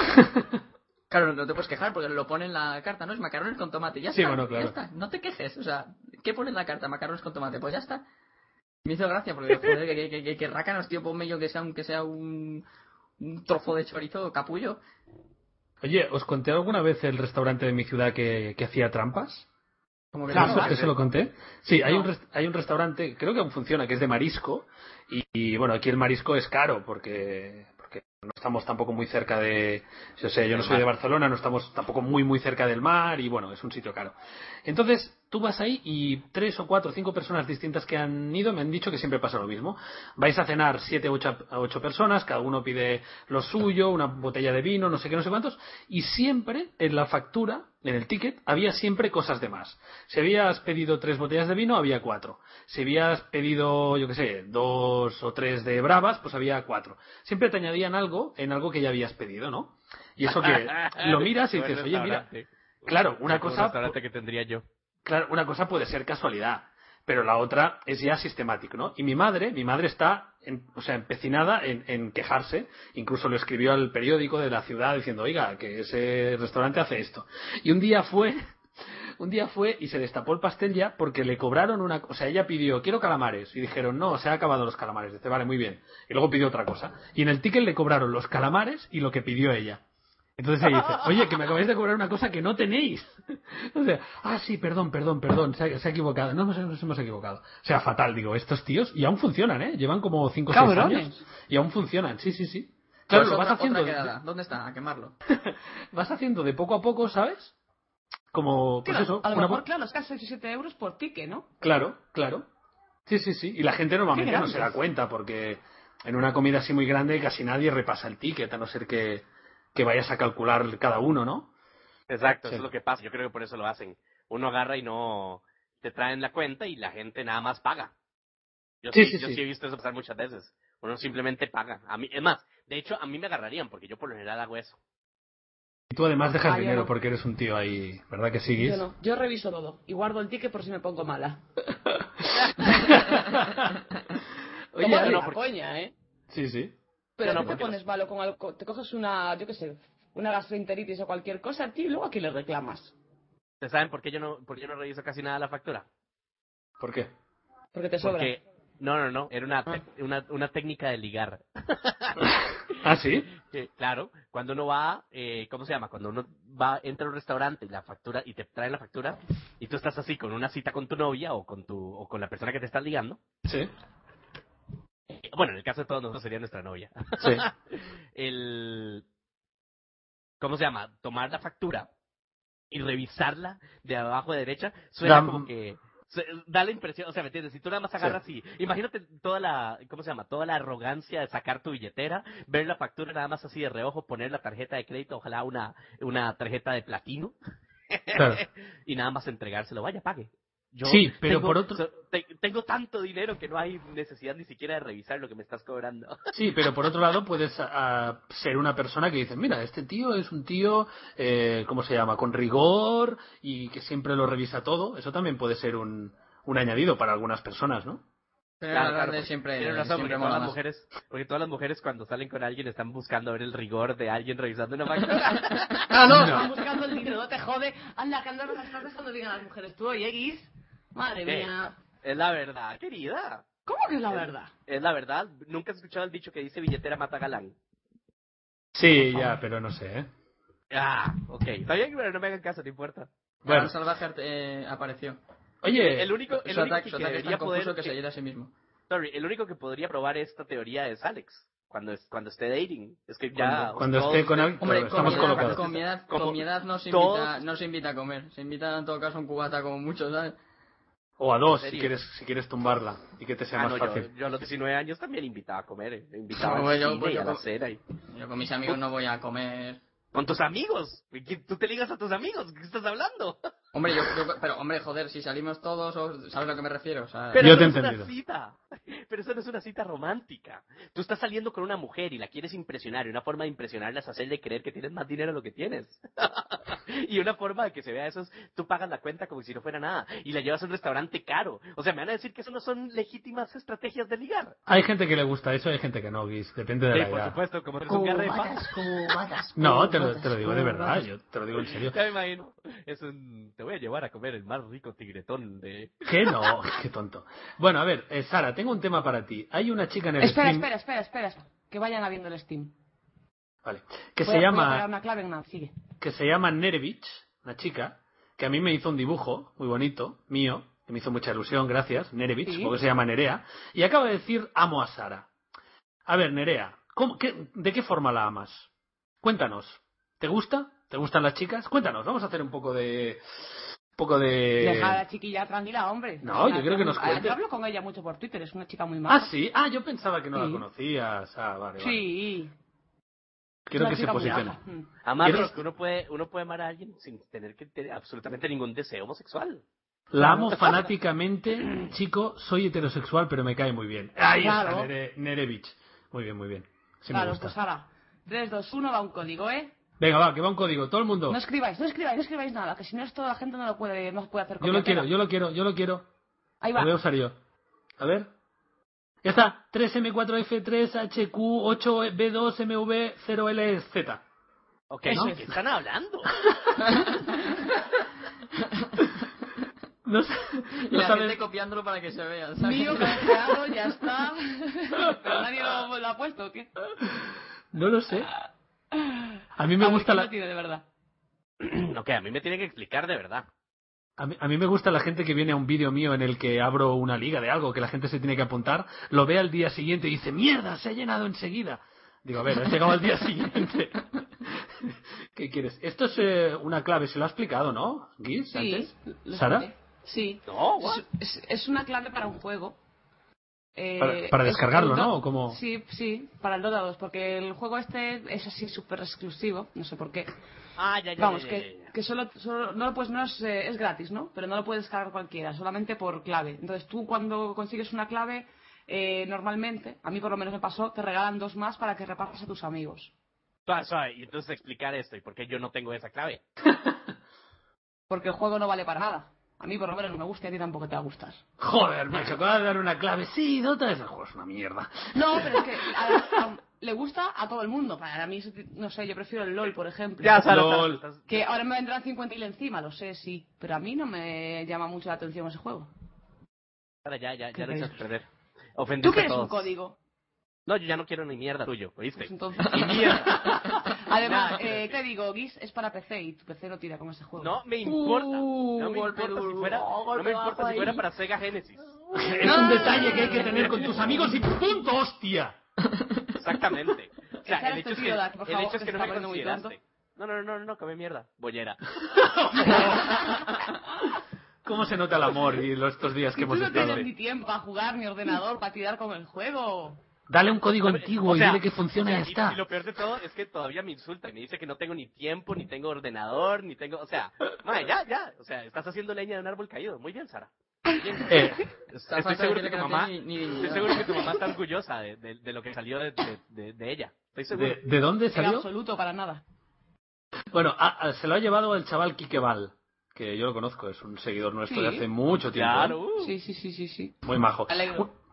S5: Claro, no te puedes quejar porque lo pone en la carta, ¿no? Es macarrones con tomate, ya
S4: Sí,
S5: está,
S4: bueno, claro.
S5: ya está, no te quejes, o sea, ¿qué pone en la carta? Macarrones con tomate, pues ya está. Me hizo gracia porque, joder, que, que, que, que rácanos, tío, ponme yo que sea, un- que sea un, un trozo de chorizo capullo.
S4: Oye, ¿os conté alguna vez el restaurante de mi ciudad que, que hacía trampas?
S5: Como que
S4: Eso-
S5: no,
S4: eso,
S5: ¿vale?
S4: lo conté. Sí, hay,
S5: No.
S4: un res- hay un restaurante, creo que aún funciona, que es de marisco. Y, y, bueno, aquí el marisco es caro porque, porque no estamos tampoco muy cerca de. Yo sé, yo no soy de Barcelona, no estamos tampoco muy, muy cerca del mar y bueno, es un sitio caro. Entonces, tú vas ahí y tres o cuatro o cinco personas distintas que han ido me han dicho que siempre pasa lo mismo. Vais a cenar siete o ocho, a ocho personas, cada uno pide lo suyo, una botella de vino, no sé qué, no sé cuántos, y siempre en la factura, en el ticket, había siempre cosas de más. Si habías pedido tres botellas de vino, había cuatro. Si habías pedido, yo qué sé, dos o tres de bravas, pues había cuatro. Siempre te añadían algo en algo que ya habías pedido, ¿no? Y eso que lo miras y
S3: [laughs] Buen
S4: dices, oye, mira,
S3: restaurante.
S4: claro, una
S3: Buen
S4: cosa
S3: restaurante que tendría yo.
S4: Claro, una cosa puede ser casualidad, pero la otra es ya sistemático, ¿no? Y mi madre, mi madre está, en- o sea, empecinada en, en quejarse, incluso lo escribió al periódico de la ciudad diciendo, oiga, que ese restaurante hace esto. Y un día fue, [laughs] un día fue y se destapó el pastel ya porque le cobraron una, o sea, ella pidió, quiero calamares, y dijeron, no, se han acabado los calamares, dice, vale, muy bien, y luego pidió otra cosa. Y en el ticket le cobraron los calamares y lo que pidió ella. Entonces ahí dice, oye, que me acabáis de cobrar una cosa que no tenéis. [laughs] O sea, ah, sí, perdón, perdón, perdón, se ha, se ha equivocado, no nos, nos hemos equivocado. O sea, fatal, digo, estos tíos, y aún funcionan, ¿eh? Llevan como 5 o 6
S6: Cabrones.
S4: años y aún funcionan, sí, sí, sí. Claro,
S5: Pues
S4: lo vas
S5: otra-
S4: haciendo,
S5: otra quedada. ¿Dónde está? A quemarlo.
S4: vas haciendo de poco a poco, ¿sabes? Como, pues
S6: Claro,
S4: eso,
S6: a lo
S4: una po-
S6: mejor, claro, es casi 7 euros por tique, ¿no?
S4: Claro, claro. Sí, sí, sí. Y la gente normalmente
S6: Qué
S4: no se da
S6: grandes.
S4: cuenta porque en una comida así muy grande casi nadie repasa el ticket, a no ser que, que vayas a calcular cada uno, ¿no?
S2: Exacto,
S4: Sí.
S2: eso es lo que pasa. Yo creo que por eso lo hacen. Uno agarra y no te traen la cuenta y la gente nada más paga. Yo
S4: Sí,
S2: sí,
S4: sí,
S2: yo
S4: sí.
S2: sí. he visto eso pasar muchas veces. Uno simplemente paga. A mí, es más, de hecho, a mí me agarrarían porque yo por lo general hago eso.
S4: Y tú además dejas
S6: Ah, yo
S4: dinero
S6: no.
S4: porque eres un tío ahí, ¿verdad que sigues? [laughs]
S6: Yo no, yo reviso todo y guardo el ticket por si me pongo mala.
S4: Oye,
S6: Tómate
S4: Ale-
S6: la coña, ¿eh?
S4: sí, sí.
S6: Pero
S3: No,
S6: no,
S3: no,
S6: te
S3: porque no.
S6: pones malo con algo. Te coges una, yo qué sé, una gastroenteritis o cualquier cosa a ti y luego aquí le reclamas.
S3: ¿Ustedes saben por qué yo no, por qué yo no reviso casi nada la factura?
S4: ¿Por qué?
S6: Porque te sobra.
S3: Porque, no, no, no, era una, tec- una, una técnica de ligar.
S4: Ah, sí.
S3: Que, claro, cuando uno va, eh, ¿cómo se llama? Cuando uno va, entra a un restaurante y la factura, y te traen la factura, y tú estás así con una cita con tu novia o con tu, o con la persona que te estás ligando.
S4: Sí.
S3: Eh, Bueno, en el caso de todos nosotros sería nuestra novia.
S4: Sí.
S3: el ¿cómo se llama? tomar la factura y revisarla de abajo a derecha suena
S4: Da-
S3: como que su- da la impresión, o sea, ¿me entiendes? Si tú nada más agarras y imagínate toda la, ¿cómo se llama? toda la arrogancia de sacar tu billetera, ver la factura nada más así de reojo, poner la tarjeta de crédito, ojalá una una tarjeta de platino
S4: Claro.
S3: [laughs] y nada más entregárselo, vaya, pague. Yo
S4: Sí, pero por otro-
S3: so- te- tengo tanto dinero que no hay necesidad ni siquiera de revisar lo que me estás cobrando.
S4: Sí, pero por otro lado puedes ah, ser una persona que dice, mira, este tío es un tío, eh, ¿cómo se llama?, con rigor y que siempre lo revisa todo. Eso también puede ser un, un añadido para algunas personas, ¿no?
S5: Pero
S3: Claro,
S5: la
S3: claro,
S5: grande
S4: pues
S3: porque
S5: siempre,
S3: tienen razón,
S5: siempre
S3: porque
S5: mola
S3: todas,
S5: más.
S3: las mujeres, porque todas las mujeres cuando salen con alguien están buscando ver el rigor de alguien revisando una máquina.
S5: ¡Ah, [laughs] no!
S6: Están buscando el dinero, no te jode. Anda, que andas las tardes cuando digan las mujeres. Tú, oye, Guis. Madre
S3: Eh.
S6: mía.
S3: es la verdad, querida.
S6: ¿Cómo que es
S4: Eh,
S6: la verdad?
S3: Es la verdad. Nunca has escuchado el dicho que dice billetera mata galán.
S4: Sí, ya, pero no sé, ¿eh?
S3: Ah, ok. Está bien, pero no me hagan caso, no importa.
S5: Bueno,
S4: Bueno.
S5: salvaje eh, apareció.
S4: Oye,
S3: El único, el
S5: su
S3: único
S5: ataque, su
S3: que
S5: ataque es
S3: debería
S5: tan
S3: poder,
S5: confuso que se ayuda a sí mismo.
S3: sorry, el único que podría probar esta teoría es Alex. Cuando, es, cuando esté dating. Es que ya.
S4: cuando, cuando
S3: todos-
S4: esté con alguien,
S5: Hombre,
S4: claro,
S5: con,
S4: estamos
S5: mi edad,
S4: colocados.
S5: con mi edad,
S3: Como
S5: con mi edad no, se
S3: todos-
S5: invita, no se invita a comer. Se invita en todo caso un cubata como mucho, ¿sabes?
S4: O a dos, si
S3: ¿En serio?
S4: quieres, si quieres tumbarla y que te sea
S3: Ah,
S4: más
S3: no, yo,
S4: fácil.
S3: yo a los 19 años también invitaba a comer. eh. Invitaba
S5: No,
S3: al
S5: yo-
S3: cine
S5: pues
S3: y
S5: yo
S3: a la
S5: como-
S3: cena. y-
S5: Yo con mis amigos no voy a comer.
S3: Con tus amigos. ¿Qué- Tú te ligas a tus amigos. ¿Qué estás hablando?
S5: Hombre, yo, yo- pero hombre, joder, si salimos todos, o- ¿sabes a lo que me refiero? O sea,
S3: Pero
S4: Yo
S3: eso
S4: te he
S3: no es una
S4: entendido.
S3: cita. [laughs] Pero eso no es una cita romántica. Tú estás saliendo con una mujer y la quieres impresionar. Y una forma de impresionarla es hacerle creer que tienes más dinero de lo que tienes. [laughs] y una forma de que se vea eso es tú pagas la cuenta como si no fuera nada. Y la llevas a un restaurante caro. O sea, me van a decir que eso no son legítimas estrategias de ligar.
S4: Hay gente que le gusta eso, hay gente que no, Guis, depende de la edad.
S3: supuesto, como eres
S5: cubatas, cubatas.
S4: No, te lo,
S5: cubatas,
S4: te lo digo de verdad,
S5: cubatas.
S4: yo te lo digo en serio.
S3: Ya me imagino. Es un- Te voy a llevar a comer el más rico tigretón de...
S4: Que no, [laughs] qué tonto. Bueno, a ver, eh, Sara, tengo un tema para ti. Hay una chica en el
S6: Espera,
S4: stream
S6: espera, espera, espera. Que vayan habiendo el Steam.
S4: vale, que
S6: Voy
S4: se
S6: a- Voy a
S4: llama
S6: pegar una clave en nada. Sigue.
S4: que se llama Nerevich, una chica, que a mí me hizo un dibujo muy bonito, mío, que me hizo mucha ilusión, gracias, Nerevich,
S6: Sí.
S4: porque se llama Nerea, y acaba de decir amo a Sara. A ver, Nerea, ¿cómo- qué- ¿de qué forma la amas? Cuéntanos. ¿Te gusta? ¿Te gustan las chicas? Cuéntanos, vamos a hacer un poco de... Un poco de... Ah,
S6: Deja a la chiquilla tranquila, hombre.
S4: Eh, No, yo
S6: La-
S4: creo que nos
S6: Ah,
S4: cuente.
S6: Yo hablo con ella mucho por Twitter, es una chica muy
S4: Ah,
S6: mala.
S4: sí. Ah, yo pensaba que no la
S6: Sí.
S4: conocías. Ah, vale, vale.
S6: Sí.
S4: Quiero
S6: una
S4: que se
S6: chica muy
S4: posicione.
S6: maja. Mm.
S3: Amar,
S4: ¿Quieres-
S3: uno puede, uno puede amar a alguien sin tener que tener absolutamente ningún deseo homosexual.
S4: La
S6: [laughs]
S4: amo fanáticamente, chico, soy heterosexual, pero me cae muy bien. Ahí
S6: Claro.
S4: está, Nere- Nerevich. Muy bien, muy bien. Sí me
S6: Claro,
S4: gusta.
S6: pues ahora. 3, 2, 1, va un código, ¿eh?
S4: Venga, va, que va un código. Todo el mundo.
S6: No escribáis, no escribáis, no escribáis nada, que si no esto la gente no lo puede, no puede hacer
S4: yo
S6: copia
S4: lo
S6: y
S4: quiero,
S6: pega.
S4: yo lo quiero, yo lo quiero.
S6: Ahí
S4: Lo
S6: va.
S4: voy a usar yo. A ver. Ya está. 3M4F3HQ8B2MV0LZ.
S3: Ok,
S6: Eso
S3: ¿no?
S6: es.
S3: ¿qué están
S6: [laughs]
S3: hablando?
S4: [laughs] No, sa-
S5: Y
S4: no
S5: la gente
S4: sabes.
S5: copiándolo para que se vea, ¿sabes?
S6: Mío,
S5: [laughs]
S6: canjeado, ya está. [laughs] Pero nadie lo, lo ha puesto, ¿o qué?
S4: No lo sé. A mí me
S6: A ver,
S4: gusta
S6: ¿quién
S4: la.
S6: lo tiene de verdad?
S3: ok, a mí me tienen que explicar de verdad.
S4: A mí, a mí me gusta la gente que viene a un vídeo mío en el que abro una liga de algo que la gente se tiene que apuntar, lo ve al día siguiente y dice, mierda, se ha llenado enseguida. Digo, a ver, ha llegado al día siguiente. [laughs] ¿Qué quieres? Esto es eh, una clave, se lo ha explicado, ¿no? Guis,
S6: Sí.
S4: antes.
S6: lo
S4: ¿Sara?
S6: sabe. Sí.
S3: No, what?
S6: Es, es una clave para un juego. Eh,
S4: Para- para
S6: es
S4: descargarlo,
S6: un
S4: ¿no?
S6: do-
S4: ¿O cómo?
S6: Sí, sí, para el Dota 2, porque el juego este es así súper exclusivo, no sé por qué.
S3: Ah, ya, ya,
S6: Vamos,
S3: ya,
S6: que,
S3: ya, ya.
S6: que solo, solo no, pues no es, eh, es gratis, ¿no? Pero no lo puedes descargar cualquiera, solamente por clave. Entonces tú cuando consigues una clave, eh, normalmente, a mí por lo menos me pasó, te regalan dos más para que repartas a tus amigos.
S3: Suave, suave, Y entonces explicar esto y por qué yo no tengo esa clave.
S6: Porque el juego no vale para nada. A mí por lo menos no me gusta y a ti tampoco te va a gustar.
S4: Joder, macho, acabas de dar una clave. Sí, Dota es el juego, es una mierda.
S6: No, pero es que a- a- le gusta a todo el mundo. Para mí, no sé, yo prefiero el LOL, por ejemplo.
S3: Ya, Sara,
S4: LOL.
S3: Sara, estás-
S6: Que ahora me vendrán 50.000 encima, lo sé, sí. Pero a mí no me llama mucho la atención ese juego.
S3: Sara, ya, ya, ya
S6: ¿Qué
S3: lo echas a
S6: queréis?
S3: perder.
S6: Tú
S3: Ofendiste a
S6: quieres un
S3: todos.
S6: código.
S3: No, yo ya no quiero ni mierda tuyo,
S6: Pues
S3: ¿oíste?
S6: entonces.
S4: [laughs]
S3: Ni mierda.
S6: Además,
S3: Nada,
S6: eh, te digo, Guis es para PC y tu PC no tira con ese juego.
S3: No me importa. No me
S5: golpe
S3: importa si
S5: duro,
S3: fuera, no
S5: golpe
S3: me importa
S5: bajo
S3: si fuera
S5: ahí.
S3: para Sega Genesis.
S4: Es un detalle que hay que tener con tus amigos y punto, hostia.
S3: Exactamente. O sea,
S6: Esa
S3: el
S6: era
S3: hecho es que,
S6: estúpida, por
S3: el
S6: favor,
S3: hecho es
S6: que
S3: que no
S6: se
S3: me
S6: está poniendo muy
S3: consideraste. No, no, no, no, no, come mierda. Bollera.
S4: ¿Cómo se nota el amor y los, estos días que
S6: Y tú
S4: hemos
S6: no
S4: estado?
S6: tienes ni tiempo a jugar, ni ordenador para tirar con el juego.
S4: Dale un código antiguo
S3: O sea,
S4: y dile que funciona
S3: o sea,
S4: y ya está.
S3: Y, lo peor de todo es que todavía me insulta y me dice que no tengo ni tiempo, ni tengo ordenador, ni tengo... O sea, madre, ya, ya. O sea, estás haciendo leña de un árbol caído. Muy bien, Sara. Muy bien.
S4: Eh,
S5: Está
S3: Estoy
S5: falta
S3: seguro
S5: decirle
S3: que
S5: que
S3: tu
S5: no
S3: mamá-
S5: tiene ni- ni
S3: Estoy
S5: dignidad.
S3: seguro que tu mamá está orgullosa de, de- de lo que salió de, de- de- de ella. Estoy seguro.
S4: ¿de, de dónde
S6: En
S4: salió?
S6: absoluto, para nada.
S4: Bueno, a- a- se lo ha llevado el chaval Quique Val, que yo lo conozco, es un seguidor nuestro de
S6: Sí.
S4: hace mucho tiempo. ¿eh?
S3: Claro. uh.
S6: Sí, sí, sí, sí, sí.
S4: Muy majo.
S6: Alegro.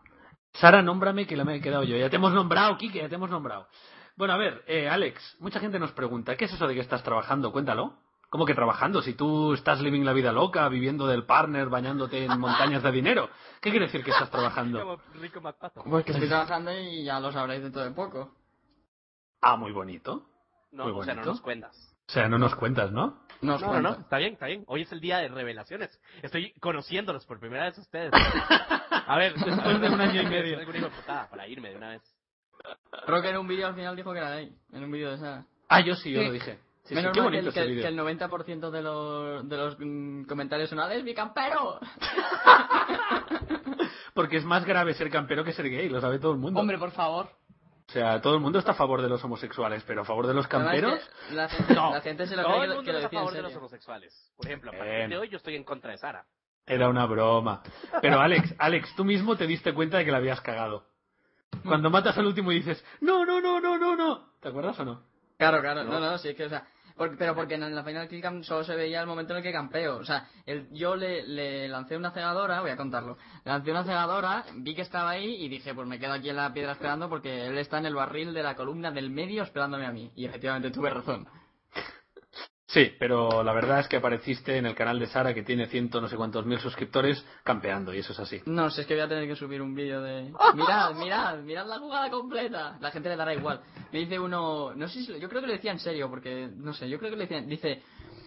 S4: Sara, nómbrame que la me he quedado yo. Ya te hemos nombrado, Quique, ya te hemos nombrado. Bueno, a ver, eh, Alex, mucha gente nos pregunta, ¿qué es eso de que estás trabajando? Cuéntalo. ¿Cómo que trabajando? Si tú estás living la vida loca, viviendo del partner, bañándote [laughs] en montañas de dinero. ¿Qué quiere decir que estás trabajando? [laughs]
S3: Como rico McPato.
S5: Pues que estoy trabajando y ya lo sabréis dentro de poco.
S4: Ah, muy bonito.
S3: No,
S4: Muy
S3: o sea, no
S4: bonito.
S3: nos cuentas.
S4: O sea, no nos cuentas, ¿no?
S5: No os
S3: No, no, no,
S5: cuento.
S3: está bien, está bien. Hoy es el día de revelaciones. Estoy conociéndolos por primera vez a ustedes. A ver, después de un año [laughs] y medio. Alguna hipoputada para irme de una vez.
S5: Rock en un vídeo al final dijo que era de ahí. En un vídeo de esa.
S4: Ah, yo sí, yo
S5: Sí.
S4: lo dije. Sí, sí,
S5: Menos
S4: qué
S5: mal
S4: bonito
S5: que,
S4: ese
S5: el- que,
S4: vídeo.
S5: que el 90% de los, de los mm, comentarios son ¡Ah, mi campero!
S4: Porque es más grave ser campero que ser gay, lo sabe todo el mundo.
S6: Hombre, por favor.
S4: O sea, todo el mundo está a favor de los homosexuales, pero a favor de los
S5: Además
S4: camperos.
S5: que La gente,
S3: No,
S5: la gente se lo
S3: Todo
S5: cree
S3: el
S5: que,
S3: mundo
S5: que lo
S3: está a
S5: decía en
S3: favor de los
S5: serio.
S3: homosexuales. Por ejemplo, a
S4: Bien.
S3: partir de hoy yo estoy en contra de Sara.
S4: Era una broma. Pero Alex, Alex, tú mismo te diste cuenta de que la habías cagado. Cuando matas al último y dices, no, no, no, no, no, no. ¿Te acuerdas o no?
S5: Claro, claro. No, no, sí, es que, o sea... por- pero porque en la final Kick solo se veía el momento en el que campeo. O sea, el- yo le, le lancé una cegadora, voy a contarlo. Lancé una cegadora, vi que estaba ahí y dije, pues me quedo aquí en la piedra esperando porque él está en el barril de la columna del medio esperándome a mí. Y efectivamente tuve razón.
S4: Sí, pero la verdad es que apareciste en el canal de Sara que tiene ciento no sé cuántos mil suscriptores campeando y eso es así.
S5: No, si es que voy a tener que subir un vídeo de... Mirad, mirad, mirad la jugada completa. La gente le dará igual. Me dice uno... No sé si... lo- Yo creo que lo decía en serio, porque... No sé, yo creo que lo decía... Dice...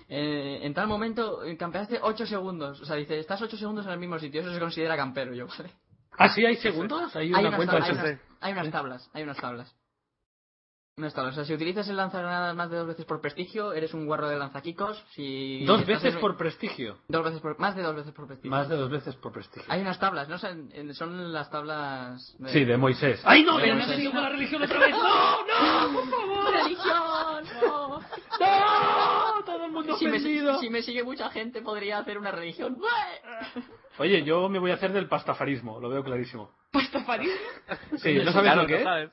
S5: eh, en tal momento eh, campeaste 8 segundos. O sea, dice, estás 8 segundos en el mismo sitio. Eso se considera campero, yo. [laughs] vale.
S4: Ah, sí, hay segundos, hay una
S5: unas
S4: cuenta.
S5: tablas,
S4: de
S5: hay,
S4: segundos.
S5: unas, hay unas tablas, hay unas tablas. Unas tablas. O sea, si utilizas el lanzagranadas más de dos veces por prestigio, eres un guarro de lanzaquicos. Si
S4: Dos
S5: estás
S4: veces
S5: en-
S4: por prestigio.
S5: Dos veces por... Más de dos veces por prestigio.
S4: Más de dos veces por prestigio.
S5: Hay unas tablas, ¿no? Son, en- son las tablas... de-
S4: Sí, de Moisés. ¡Ay, no!
S5: De
S4: ¡Me
S5: Moisés.
S4: he con la religión
S6: [laughs]
S4: otra vez! ¡No, no! ¡Por favor!
S5: ¡Religión! ¡No!
S4: ¡No! ¡Todo el mundo
S5: Si me,
S4: ofendido!
S5: si me sigue mucha gente, podría hacer una religión. ¡Bueh!
S4: Oye, yo me voy a hacer del pastafarismo, lo veo
S3: [laughs]
S4: clarísimo.
S6: Pasta París.
S4: Sí, ¿no sabes
S3: Claro,
S4: lo
S3: no
S4: que es?
S3: sabes.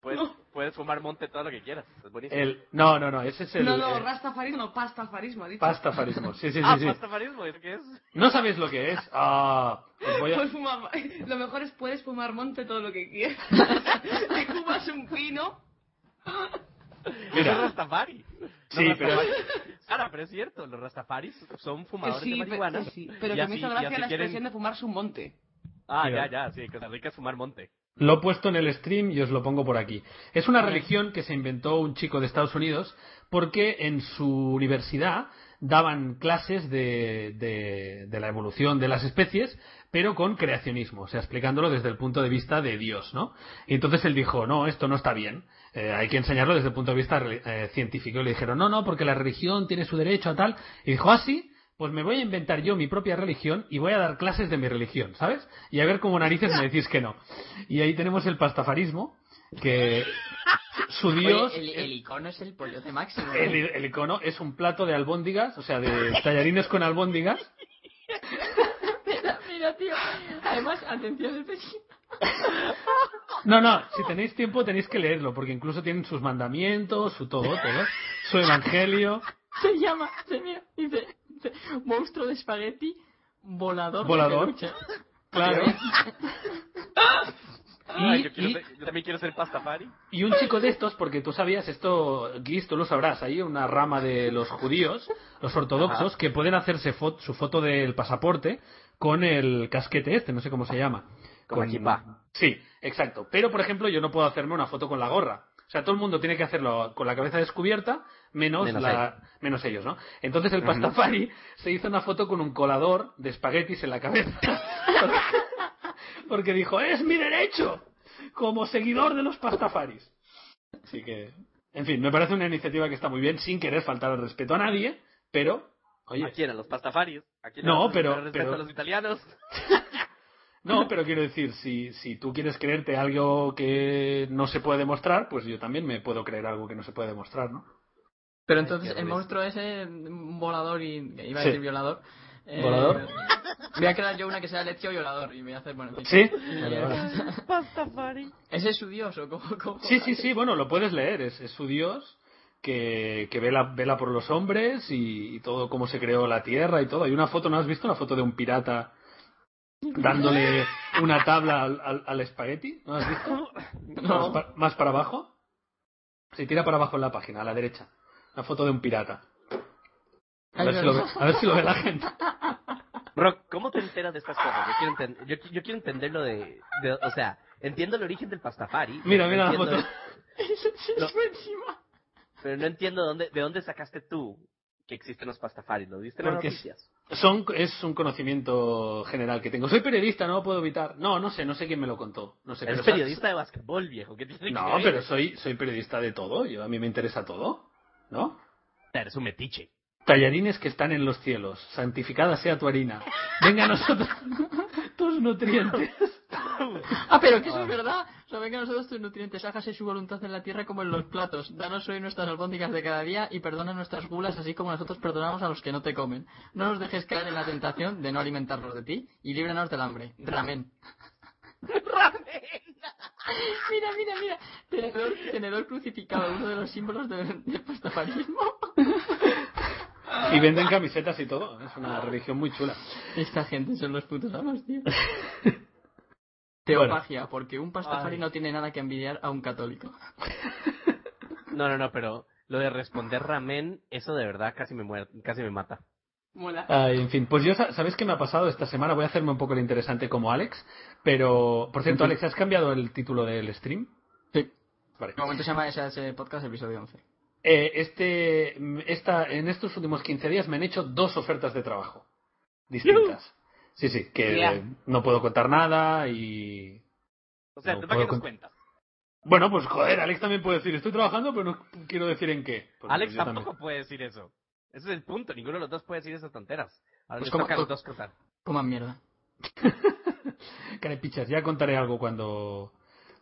S3: Puedes, puedes fumar monte todo lo que quieras. Es buenísimo.
S4: El... No, no, no, ese es el
S6: No, no,
S4: eh,
S6: Rastafarismo, no, pastafarismo, ha dicho.
S4: pastafarismo. Sí, sí,
S3: ah,
S4: sí, sí.
S3: pastafarismo, ¿eso qué es?
S4: No sabéis lo que es. Ah, os
S6: [laughs]
S4: voy a...
S6: Puedes fumar- Lo mejor es puedes fumar monte todo lo que
S5: [laughs]
S6: quieras. Te fumas un pino.
S4: Mira.
S3: Eso es Rastafari.
S4: Sí,
S3: Los
S4: pero-
S3: Rastafari- Sara, pero es cierto, los Rastafaris son
S6: Que
S3: fumadores de
S6: sí,
S3: marihuana.
S6: que sí. Pero
S3: Y
S6: que
S3: así-
S6: me hizo
S3: y
S6: gracia
S3: así
S6: la
S3: quieren-
S6: expresión de fumarse un monte.
S3: Ah,
S4: Mira.
S3: ya, ya, sí, Costa Rica es fumar monte.
S4: Lo he puesto en el stream y os lo pongo por aquí. Es una religión que se inventó un chico de Estados Unidos porque en su universidad daban clases de, de- de la evolución de las especies, pero con creacionismo, o sea, explicándolo desde el punto de vista de Dios, ¿no? Y entonces él dijo, no, esto no está bien, eh, hay que enseñarlo desde el punto de vista reli- eh, científico. Y le dijeron, no, no, porque la religión tiene su derecho a tal. Y dijo, ah, sí, pues me voy a inventar yo mi propia religión y voy a dar clases de mi religión, ¿sabes? Y a ver cómo narices me decís que no. Y ahí tenemos el pastafarismo, que su dios...
S5: Oye, el, el icono es el pollo de máximo. ¿eh? ¿no?
S4: El, el icono es un plato de albóndigas, o sea, de tallarines con albóndigas.
S5: Mira, mira, tío. Además, atención este especial.
S4: No, no, si tenéis tiempo tenéis que leerlo, porque incluso tienen sus mandamientos, su todo, todo, su evangelio,
S5: Se llama, se mira, dice, dice, monstruo de espagueti, volador. de
S4: Volador.
S5: peluche".
S4: claro.
S3: Ay, Ah, yo, quiero
S4: y-
S3: ser- yo también quiero ser pastafari.
S4: Y un chico de estos, porque tú sabías esto, Guis, tú lo sabrás, hay una rama de los judíos, los ortodoxos, que pueden hacerse fo- su foto del pasaporte con el casquete este, no sé cómo se llama.
S3: Con la kipá.
S4: Sí, exacto. Pero, por ejemplo, yo no puedo hacerme una foto con la gorra. O sea, todo el mundo tiene que hacerlo con la cabeza descubierta, menos,
S3: Menos
S4: la- menos ellos, ¿no? Entonces el pastafari se hizo una foto con un colador de espaguetis en la cabeza. [laughs] porque dijo, es mi derecho como seguidor de los pastafaris. Así que, en fin, me parece una iniciativa que está muy bien, sin querer faltar al respeto a nadie, pero,
S3: ¿A
S4: oye,
S3: quién? ¿A los pastafaris? ¿A quién?
S4: No,
S3: ¿A los-
S4: pero-
S3: a los- respecto
S4: pero-
S3: a los italianos?
S4: no, pero quiero decir, si, si tú quieres creerte algo que no se puede demostrar, pues yo también me puedo creer algo que no se puede demostrar, ¿no?
S5: Pero entonces
S3: qué
S5: el
S3: horror.
S5: monstruo ese, mm, volador y. iba a
S4: Sí.
S5: decir violador. eh,
S4: ¿Volador?
S5: Voy a crear yo una que sea Lectio violador y me voy a hacer. Bueno, en fin.
S4: Sí,
S5: Y,
S4: Vale,
S5: eh,
S4: vale.
S3: Pastafari.
S5: Ese es su dios, o cómo. cómo-
S4: sí, sí,
S6: [laughs]
S4: sí, bueno, lo puedes leer, es, es su dios que, que vela, vela por los hombres y, y todo cómo se creó la tierra y todo. Hay una foto, ¿no has visto? Una foto de un pirata dándole una tabla al, al- al espagueti, ¿no has visto? Más,
S5: No.
S4: pa- más para abajo. Se tira para abajo en la página, a la derecha. La foto de un pirata. A
S5: Ay,
S4: ver si lo ve,
S5: verdad.
S4: a ver si lo ve la gente.
S3: Rock, ¿cómo te enteras de estas cosas? Yo quiero, enten- yo, qui- yo quiero entenderlo de, de- O sea, entiendo el origen del pastafari.
S4: Mira,
S3: No
S4: mira la
S3: entiendo-
S4: foto.
S3: No. Pero no entiendo dónde, de dónde sacaste tú que existen los pastafaris. ¿Lo viste en las
S4: Porque es-
S3: noticias?
S4: Son, es un conocimiento general que tengo. Soy periodista, no lo puedo evitar. No, no sé, no sé quién me lo contó. No sé,
S3: Eres
S4: pero-
S3: periodista de básquetbol, viejo. ¿Qué tiene que
S4: No,
S3: ver?
S4: pero soy, soy periodista de todo. Yo, a mí me interesa todo. ¿No?
S3: Eres un metiche.
S4: Tallarines que están en los cielos. Santificada sea tu harina. Venga a nosotros [laughs] tus nutrientes.
S5: Ah, pero que eso es verdad. O sea, venga a nosotros tus nutrientes, hágase su voluntad en la tierra como en los platos. Danos hoy nuestras albóndigas de cada día y perdona nuestras gulas así como nosotros perdonamos a los que no te comen. No nos dejes caer en la tentación de no alimentarnos de ti y líbranos del hambre. Ramen. Mira, mira, mira. Tenedor, tenedor crucificado, uno de los símbolos de- del pastafarismo.
S4: Y venden camisetas y todo. Es una religión muy chula.
S5: Esta gente son los putos amos, tío. Teopagia, porque un pastafari
S3: Ay.
S5: no tiene nada que envidiar a un católico.
S3: No, no, no, pero lo de responder ramen, eso de verdad casi me, muer- casi me mata.
S5: Mola.
S4: Ay, en fin, pues yo, sa- ¿sabéis qué me ha pasado esta semana? Voy a hacerme un poco el interesante como Alex, pero, por cierto, Alex, ¿has cambiado el título del stream?
S5: Sí.
S4: Vale.
S5: De momento se llama ese, ese podcast episodio 11.
S4: Eh, este, esta, en estos últimos 15 días me han hecho dos ofertas de trabajo distintas. Sí, sí, que
S6: Ya.
S4: eh, no puedo contar nada y...
S3: O sea,
S4: No,
S3: ¿tú
S4: puedo
S3: para qué nos
S4: con-
S3: cuentas?
S4: Bueno, pues joder, Alex también puede decir, estoy trabajando, pero no quiero decir en qué. Pues,
S3: Alex
S4: yo también.
S3: tampoco puede decir eso. Ese es el punto. Ninguno de los dos puede decir esas tonteras.
S5: Pues
S3: Ahora les
S5: como-
S3: toca a los dos contar.
S5: Coman mierda.
S4: Carepichas, ya contaré algo cuando...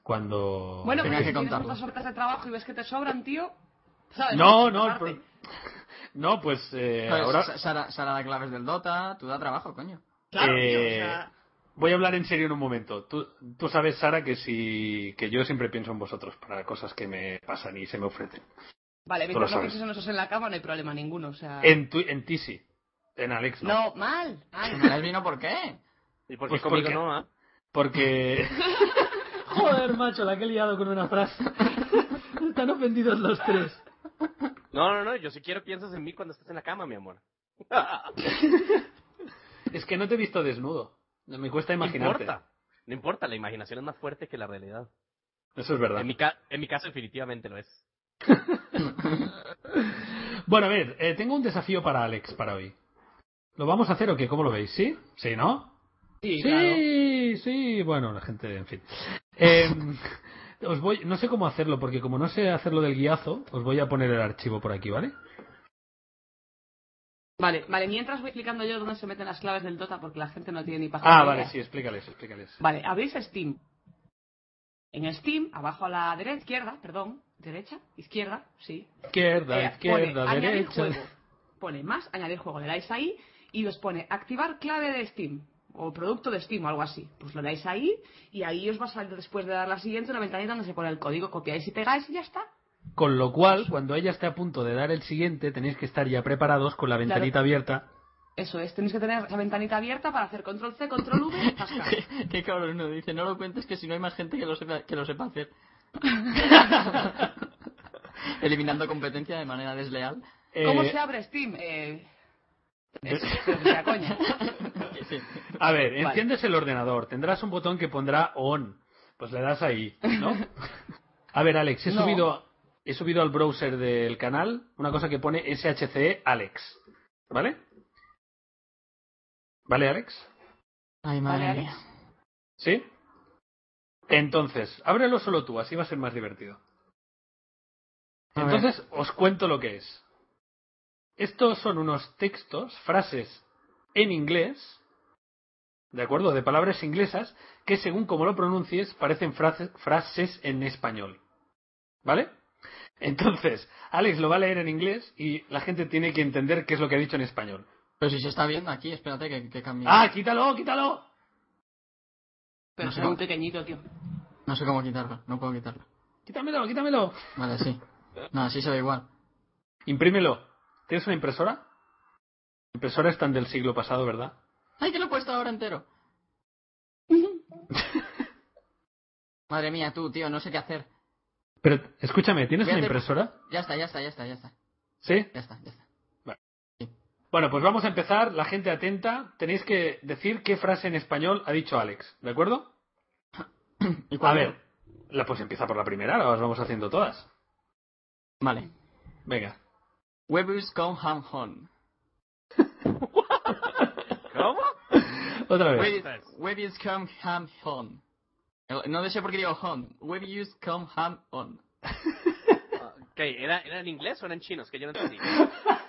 S4: cuando...
S6: Bueno,
S5: Tenía
S6: pero
S5: que
S6: si tienes
S5: contarlo.
S6: muchas ofertas de trabajo y ves que te sobran, tío, ¿sabes?
S4: No,
S6: Tienes que
S4: no, el
S6: pagarte.
S4: pro- [laughs] no, pues eh,
S5: Joder,
S4: ahora...
S5: Sa- Sara, Sara da claves del Dota, tú da trabajo, coño.
S6: Claro, tío, o
S4: Eh,
S6: sea,
S4: Voy a hablar en serio en un momento. Tú, tú sabes, Sara, que si que yo siempre pienso en vosotros para cosas que me pasan y se me ofrecen.
S6: vale,
S4: tú lo
S6: mientras no
S4: sabes.
S6: pienses en esos en la cama no hay problema ninguno, o sea...
S4: En, tu, en ti sí. En Alex no.
S6: No, mal, mal.
S5: ¿Me das vino por qué?
S3: ¿Y por qué
S4: Pues
S3: conmigo
S4: porque-
S3: no, ah?
S4: Porque... [laughs] Joder, macho, la que he liado con una frase. [laughs] Están ofendidos los tres.
S3: No, no, no. Yo si quiero piensas en mí cuando estás en la cama, mi amor.
S4: Es que no te he visto desnudo. Me cuesta
S3: No
S4: imaginarte.
S3: importa. No importa. La imaginación es más fuerte que la realidad.
S4: Eso es verdad.
S3: En mi, ca- en mi caso, definitivamente lo es.
S4: Bueno, a ver, eh, tengo un desafío para Alex para hoy. ¿Lo vamos a hacer o qué? ¿Cómo lo veis? ¿Sí? ¿Sí, no?
S6: Sí,
S4: Sí,
S6: claro.
S4: sí, bueno, la gente, en fin. Eh, [laughs] os voy, no sé cómo hacerlo, porque como no sé hacerlo del guiazo, os voy a poner el archivo por aquí, ¿vale?
S6: Vale, vale, mientras voy explicando yo dónde se meten las claves del Dota porque la gente no tiene ni paja.
S4: Ah,
S6: ni
S4: vale,
S6: idea.
S4: sí, explícales, explícales.
S6: Vale, abrís Steam. En Steam, abajo a la derecha, izquierda, perdón, derecha, izquierda, sí.
S4: Izquierda,
S6: eh,
S4: izquierda,
S6: pone añadir
S4: derecha.
S6: juego. Pone más, añadir juego, le dais ahí y os pone activar clave de Steam o producto de Steam o algo así. Pues lo dais ahí y ahí os va a salir después de dar la siguiente una ventanita donde se pone el código, copiáis y pegáis y ya está.
S4: Con lo cual, cuando ella esté a punto de dar el siguiente, tenéis que estar ya preparados con la ventanita abierta
S6: Eso es, tenéis que tener la ventanita abierta para hacer control C, control V, y
S4: [laughs]
S5: [laughs]
S6: pascar.
S5: Qué cabrón uno dice, no lo cuentes que si no hay más gente que lo sepa, que lo sepa [laughs] hacer. Eliminando competencia de manera [laughs] desleal.
S6: ¿Cómo
S4: Eh,
S6: se abre Steam? Eh, eso, o sea, coña.
S5: Sí.
S4: A ver, enciendes el ordenador, tendrás un botón que pondrá on. Pues le das ahí,
S6: [laughs]
S4: ¿no? A ver, Alex, he
S6: No.
S4: subido he subido al browser del canal una cosa que pone SHCE E, Alex. ¿Vale? ¿Vale, Alex?
S5: Ay,
S6: Vale,
S5: madre
S6: Alex.
S5: mía.
S4: ¿Sí? Entonces, ábrelo solo tú, así va a ser más divertido.
S5: A ver.
S4: Entonces, os cuento lo que es. Estos son unos textos, frases en inglés, ¿de acuerdo? De palabras inglesas que según como lo pronuncies parecen frases, frases en español. ¿Vale? Entonces, Alex lo va a leer en inglés y la gente tiene que entender qué es lo que ha dicho en español.
S5: Pero si se está viendo aquí, espérate que, que cambie.
S4: ¡Ah, quítalo, quítalo!
S6: Pero
S5: No sé
S6: será muy
S5: cómo.
S6: pequeñito,
S4: [laughs]
S6: tío.
S5: No sé cómo quitarlo, no puedo quitarlo.
S4: ¡Quítamelo, quítamelo! [laughs]
S5: Vale, sí. No, así se ve igual.
S4: Imprímelo. ¿Tienes una impresora? Impresoras tan del siglo pasado, ¿verdad?
S5: ¡Ay, que lo he puesto ahora entero! Madre mía, tú, tío, no sé qué hacer.
S4: Pero escúchame, ¿tienes
S5: Voy a
S4: una
S5: hacer-
S4: impresora?
S5: Ya está, ya está, ya está, ya está.
S4: ¿Sí?
S5: Ya está, ya está.
S4: Bueno, pues vamos a empezar. La gente atenta. Tenéis que decir qué frase en español ha dicho Alex, ¿de acuerdo?
S5: ¿Y
S4: A
S5: cuál?
S4: ver, la, pues empieza por la primera, ahora las vamos haciendo todas.
S5: Vale.
S4: Venga.
S5: Webers come ham home.
S3: ¿Cómo?
S4: Otra vez.
S5: Webers Webers come ham home. No sé por qué digo home. Webers come ham on.
S3: Ok, ¿era, ¿era en inglés o eran chinos? Que yo no entendí.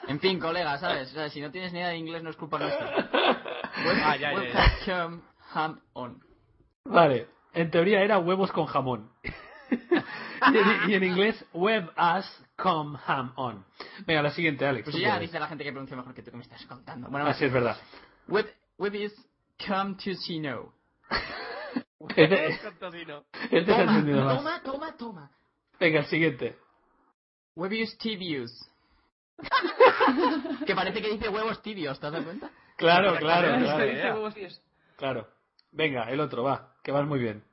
S5: En fin, colega, ¿sabes? O sea, si no tienes ni idea de inglés no es
S4: [laughs]
S5: culpa nuestra. Web-
S3: Ah, ya, ya,
S5: webers come ham on.
S4: Vale. En teoría era huevos con jamón. [laughs] y, en, y en inglés, web as come ham on. Venga, la siguiente, Alex.
S5: Pues
S4: tú
S5: ya
S4: puedes.
S5: dice la gente que pronuncia mejor que tú que me estás contando. Bueno,
S4: Así es verdad.
S5: Web, Webers come to
S4: [laughs]
S5: see no.
S4: Este,
S3: Contadino.
S4: este se ha entendido más.
S5: toma, toma, toma.
S4: Venga, el siguiente.
S5: Huevos [laughs] tibios. que parece que dice huevos tibios, ¿te has dado cuenta?
S4: Claro, claro,
S3: Claro,
S4: claro,
S3: sí. idea.
S6: huevos tíos.
S4: claro. Venga, el otro, va, que vas muy bien.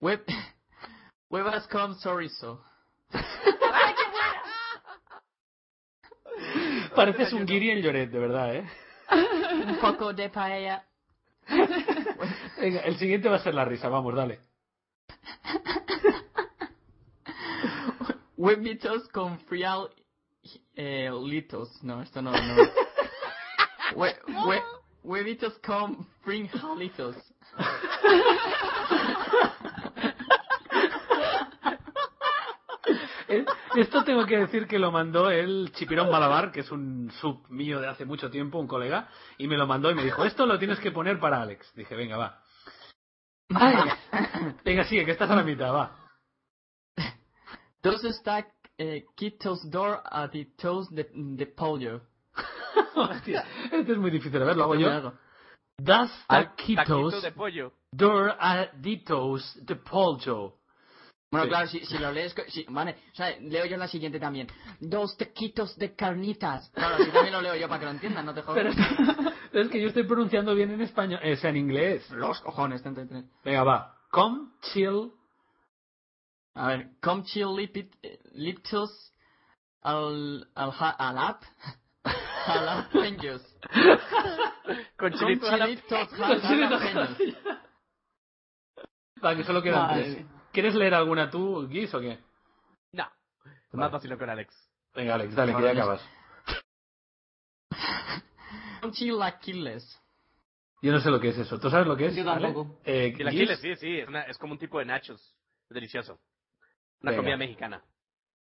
S5: Web... [laughs] Huevas con chorizo.
S4: Pareces un guiri en lloret, de verdad, ¿eh?
S5: Un poco de paella.
S4: Venga, el siguiente va a ser la risa, vamos, dale.
S5: Huevitos con frial... Eh, litos. No, esto no... no. Hue- hue- Huevitos con frijolitos.
S4: Eh, Esto tengo que decir que lo mandó el Chipirón Malabar, que es un sub mío de hace mucho tiempo, un colega, y me lo mandó y me dijo, esto lo tienes que poner para Alex. Dije, venga, va. Ay. Venga, sigue, que estás a la mitad, va.
S5: Dos está eh, quitos d'or a ditos de, de pollo.
S4: Hostia, esto es muy difícil. A ver, lo hago yo.
S5: Luego.
S4: Das
S3: Taquito
S4: taquitos
S3: de pollo.
S4: dor aditos de pollo.
S5: Bueno,
S4: Sí.
S5: claro, si, si lo lees, co- si- vale, o sea, leo yo la siguiente también. Dos tequitos de carnitas. Claro, si también lo leo yo para que lo entiendan, no te
S4: Pero
S5: jodas.
S4: es que [laughs] yo estoy pronunciando bien en español, eh, o sea, en inglés.
S5: Los cojones, 33.
S4: Venga, va. Come, chill.
S5: A ver, come chill lipit, eh, liptos al, al, ja- [laughs] alap, jalapeños. Come
S3: Con chilito a
S4: [laughs]
S3: la-
S5: chilitos ja- jalapeños.
S4: Va, que solo quedan
S5: Vale.
S4: tres. ¿Quieres leer alguna tú, Guis, o qué?
S3: No.
S4: Vale.
S3: Más vacilo con Alex.
S4: Venga, Alex, dale, que ya acabas.
S5: Come chilaquiles.
S4: Yo no sé lo que es eso. ¿Tú sabes lo que es?
S6: Yo
S4: Ale?
S6: tampoco.
S4: Eh,
S3: Y la chile,
S4: Guis,
S3: sí, sí. Es, una- es como un tipo de nachos. Es delicioso. Una
S4: Venga.
S3: comida mexicana.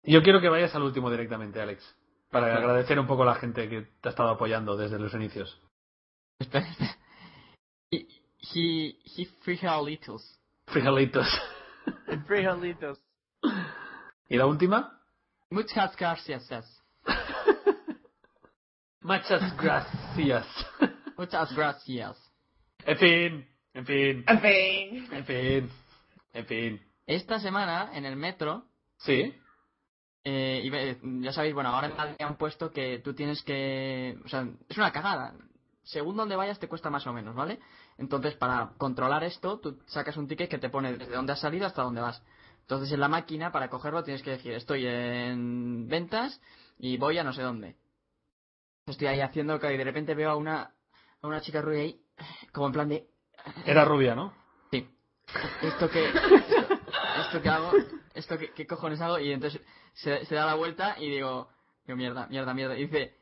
S4: Yo quiero que vayas al último directamente, Alex. Para agradecer un poco a la gente que te ha estado apoyando desde los inicios.
S5: Espera, espera. Y, y, y frijolitos.
S4: Frijolitos.
S3: [laughs] Frijolitos.
S4: ¿Y la última?
S5: Muchas gracias.
S4: Muchas gracias.
S3: [laughs]
S5: Muchas gracias.
S4: en fin, en fin,
S6: En fin.
S4: en fin, en fin.
S5: Esta semana, en el metro,
S4: Sí,
S5: Eh, y ve- ya sabéis, bueno, ahora en Madrid han puesto que tú tienes que. O sea, es una cagada. Según donde vayas te cuesta más o menos, ¿vale? Entonces, para controlar esto, tú sacas un ticket que te pone desde dónde has salido hasta dónde vas. Entonces, en la máquina, para cogerlo, tienes que decir, estoy en ventas y voy a no sé dónde. Estoy ahí haciendo que y de repente veo a una, a una chica rubia ahí, como en plan de,
S4: Era rubia, ¿no?
S5: Sí. Esto que. Esto, esto que hago. Esto que, ¿qué cojones hago. Y entonces se, se da la vuelta y digo. Digo, mierda, mierda, mierda. Y dice.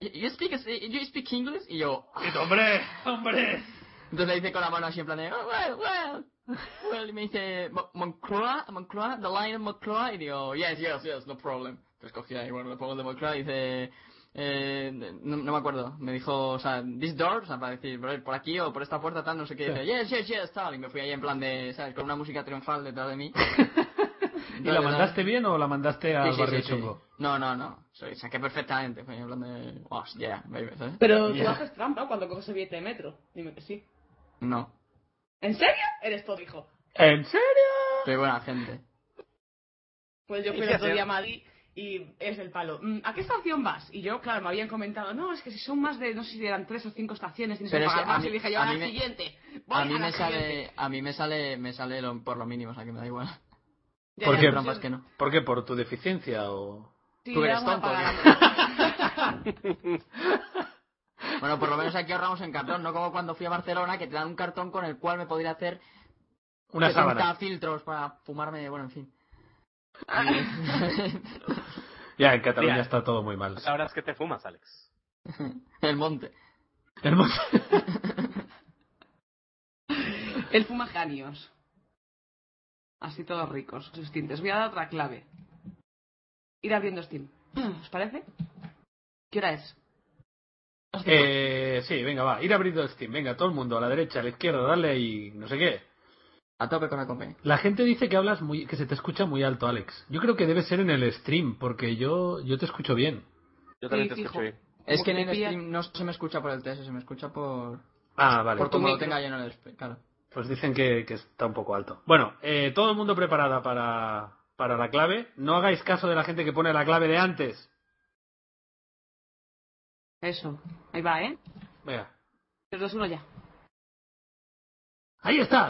S5: "You- You speak, you speak English? Y yo.
S4: ¡Hombre! ¡Hombre!
S5: Entonces le dice con la mano así en plan de. "Oh, well, well. Well, y me dice. "Mo- Moncloa, Moncloa, the line of Moncloa. Y digo, yes, yes, yes, no problem. Entonces cogí ahí, bueno, le pongo el de Moncloa y dice. Eh, no, no me acuerdo, me dijo, o sea, this door, o sea, para decir, por por aquí o por esta puerta, tal, no sé qué,
S4: Sí.
S5: dice, yes, yes, yes, tal, y me fui ahí en plan de, ¿sabes? Con una música triunfal detrás de mí.
S4: [laughs] ¿Y la mandaste bien o la mandaste al barrio chungo?
S5: No, no, no, soy, saqué perfectamente, fui en plan de, hostia, baby, ¿sabes?
S6: Pero tú
S4: Ya.
S6: haces trampa cuando coges el billete de metro. Dime que sí.
S5: No,
S6: ¿En serio? Eres torrijo.
S4: ¿En serio?
S5: soy buena gente. [laughs]
S6: Pues yo fui
S3: ¿Y
S6: el
S3: qué
S6: otro día a
S3: hacemos?
S6: Madrid y es el palo. "Mm, ¿A qué estación vas? Y yo, claro, me habían comentado, no, es que si son más de, no sé si eran tres o cinco estaciones, tienes
S5: Pero
S6: que
S5: es que
S6: pagar
S5: a
S6: más.
S5: mí-
S6: y dije yo,
S5: a
S6: a
S5: mí
S6: la
S5: me-
S6: siguiente. Voy
S5: A mí
S6: la
S5: me
S6: siguiente".
S5: sale, a mí me sale, me sale lo- por lo mínimo, o sea que me da igual.
S6: Ya,
S4: ¿Por qué?
S6: ya,
S5: Hay
S6: yo-
S5: trampas que no.
S4: ¿Por qué? ¿Por tu deficiencia o...?
S6: sí,
S5: Tú eres
S6: era una
S5: tonto,
S6: pagada.
S5: Bueno, por lo menos aquí ahorramos en cartón, no como cuando fui a Barcelona que te dan un cartón con el cual me podría hacer
S4: Una
S5: 70
S4: sábana.
S5: filtros para fumarme, bueno, en fin.
S4: Ya, en Cataluña
S3: Mira.
S4: está todo muy mal.
S3: Pues Ahora es que te fumas, Alex.
S5: [laughs] el monte.
S4: [laughs] Hermoso.
S6: [laughs] El fuma genios. Así todos ricos, sus tintes. Voy a dar otra clave. Ir abriendo Steam. [clears throat] ¿Os parece? ¿Qué hora es?
S4: Eh, sí, venga, va. Ir abriendo Steam. Venga, todo el mundo, a la derecha, a la izquierda, darle y no sé qué.
S5: A tope con la compañía.
S4: La gente dice que hablas muy... que se te escucha muy alto, Alex. Yo creo que debe ser en el stream, porque yo, yo te escucho bien.
S3: Yo también
S6: Sí,
S3: te escucho
S6: fijo.
S3: bien.
S5: Es que en
S6: Como
S5: el
S6: que pilla-
S5: stream no se me escucha por el TS, se me escucha por,
S4: Ah, vale.
S5: por cómo lo
S6: micro.
S5: tenga yo en el stream, claro.
S4: Pues dicen que, que está un poco alto. Bueno, eh, todo el mundo preparada para, para la clave. No hagáis caso de la gente que pone la clave de antes.
S6: Eso. Ahí va, ¿eh?
S4: Venga.
S6: 3, 2, 1 ya.
S4: Ahí está,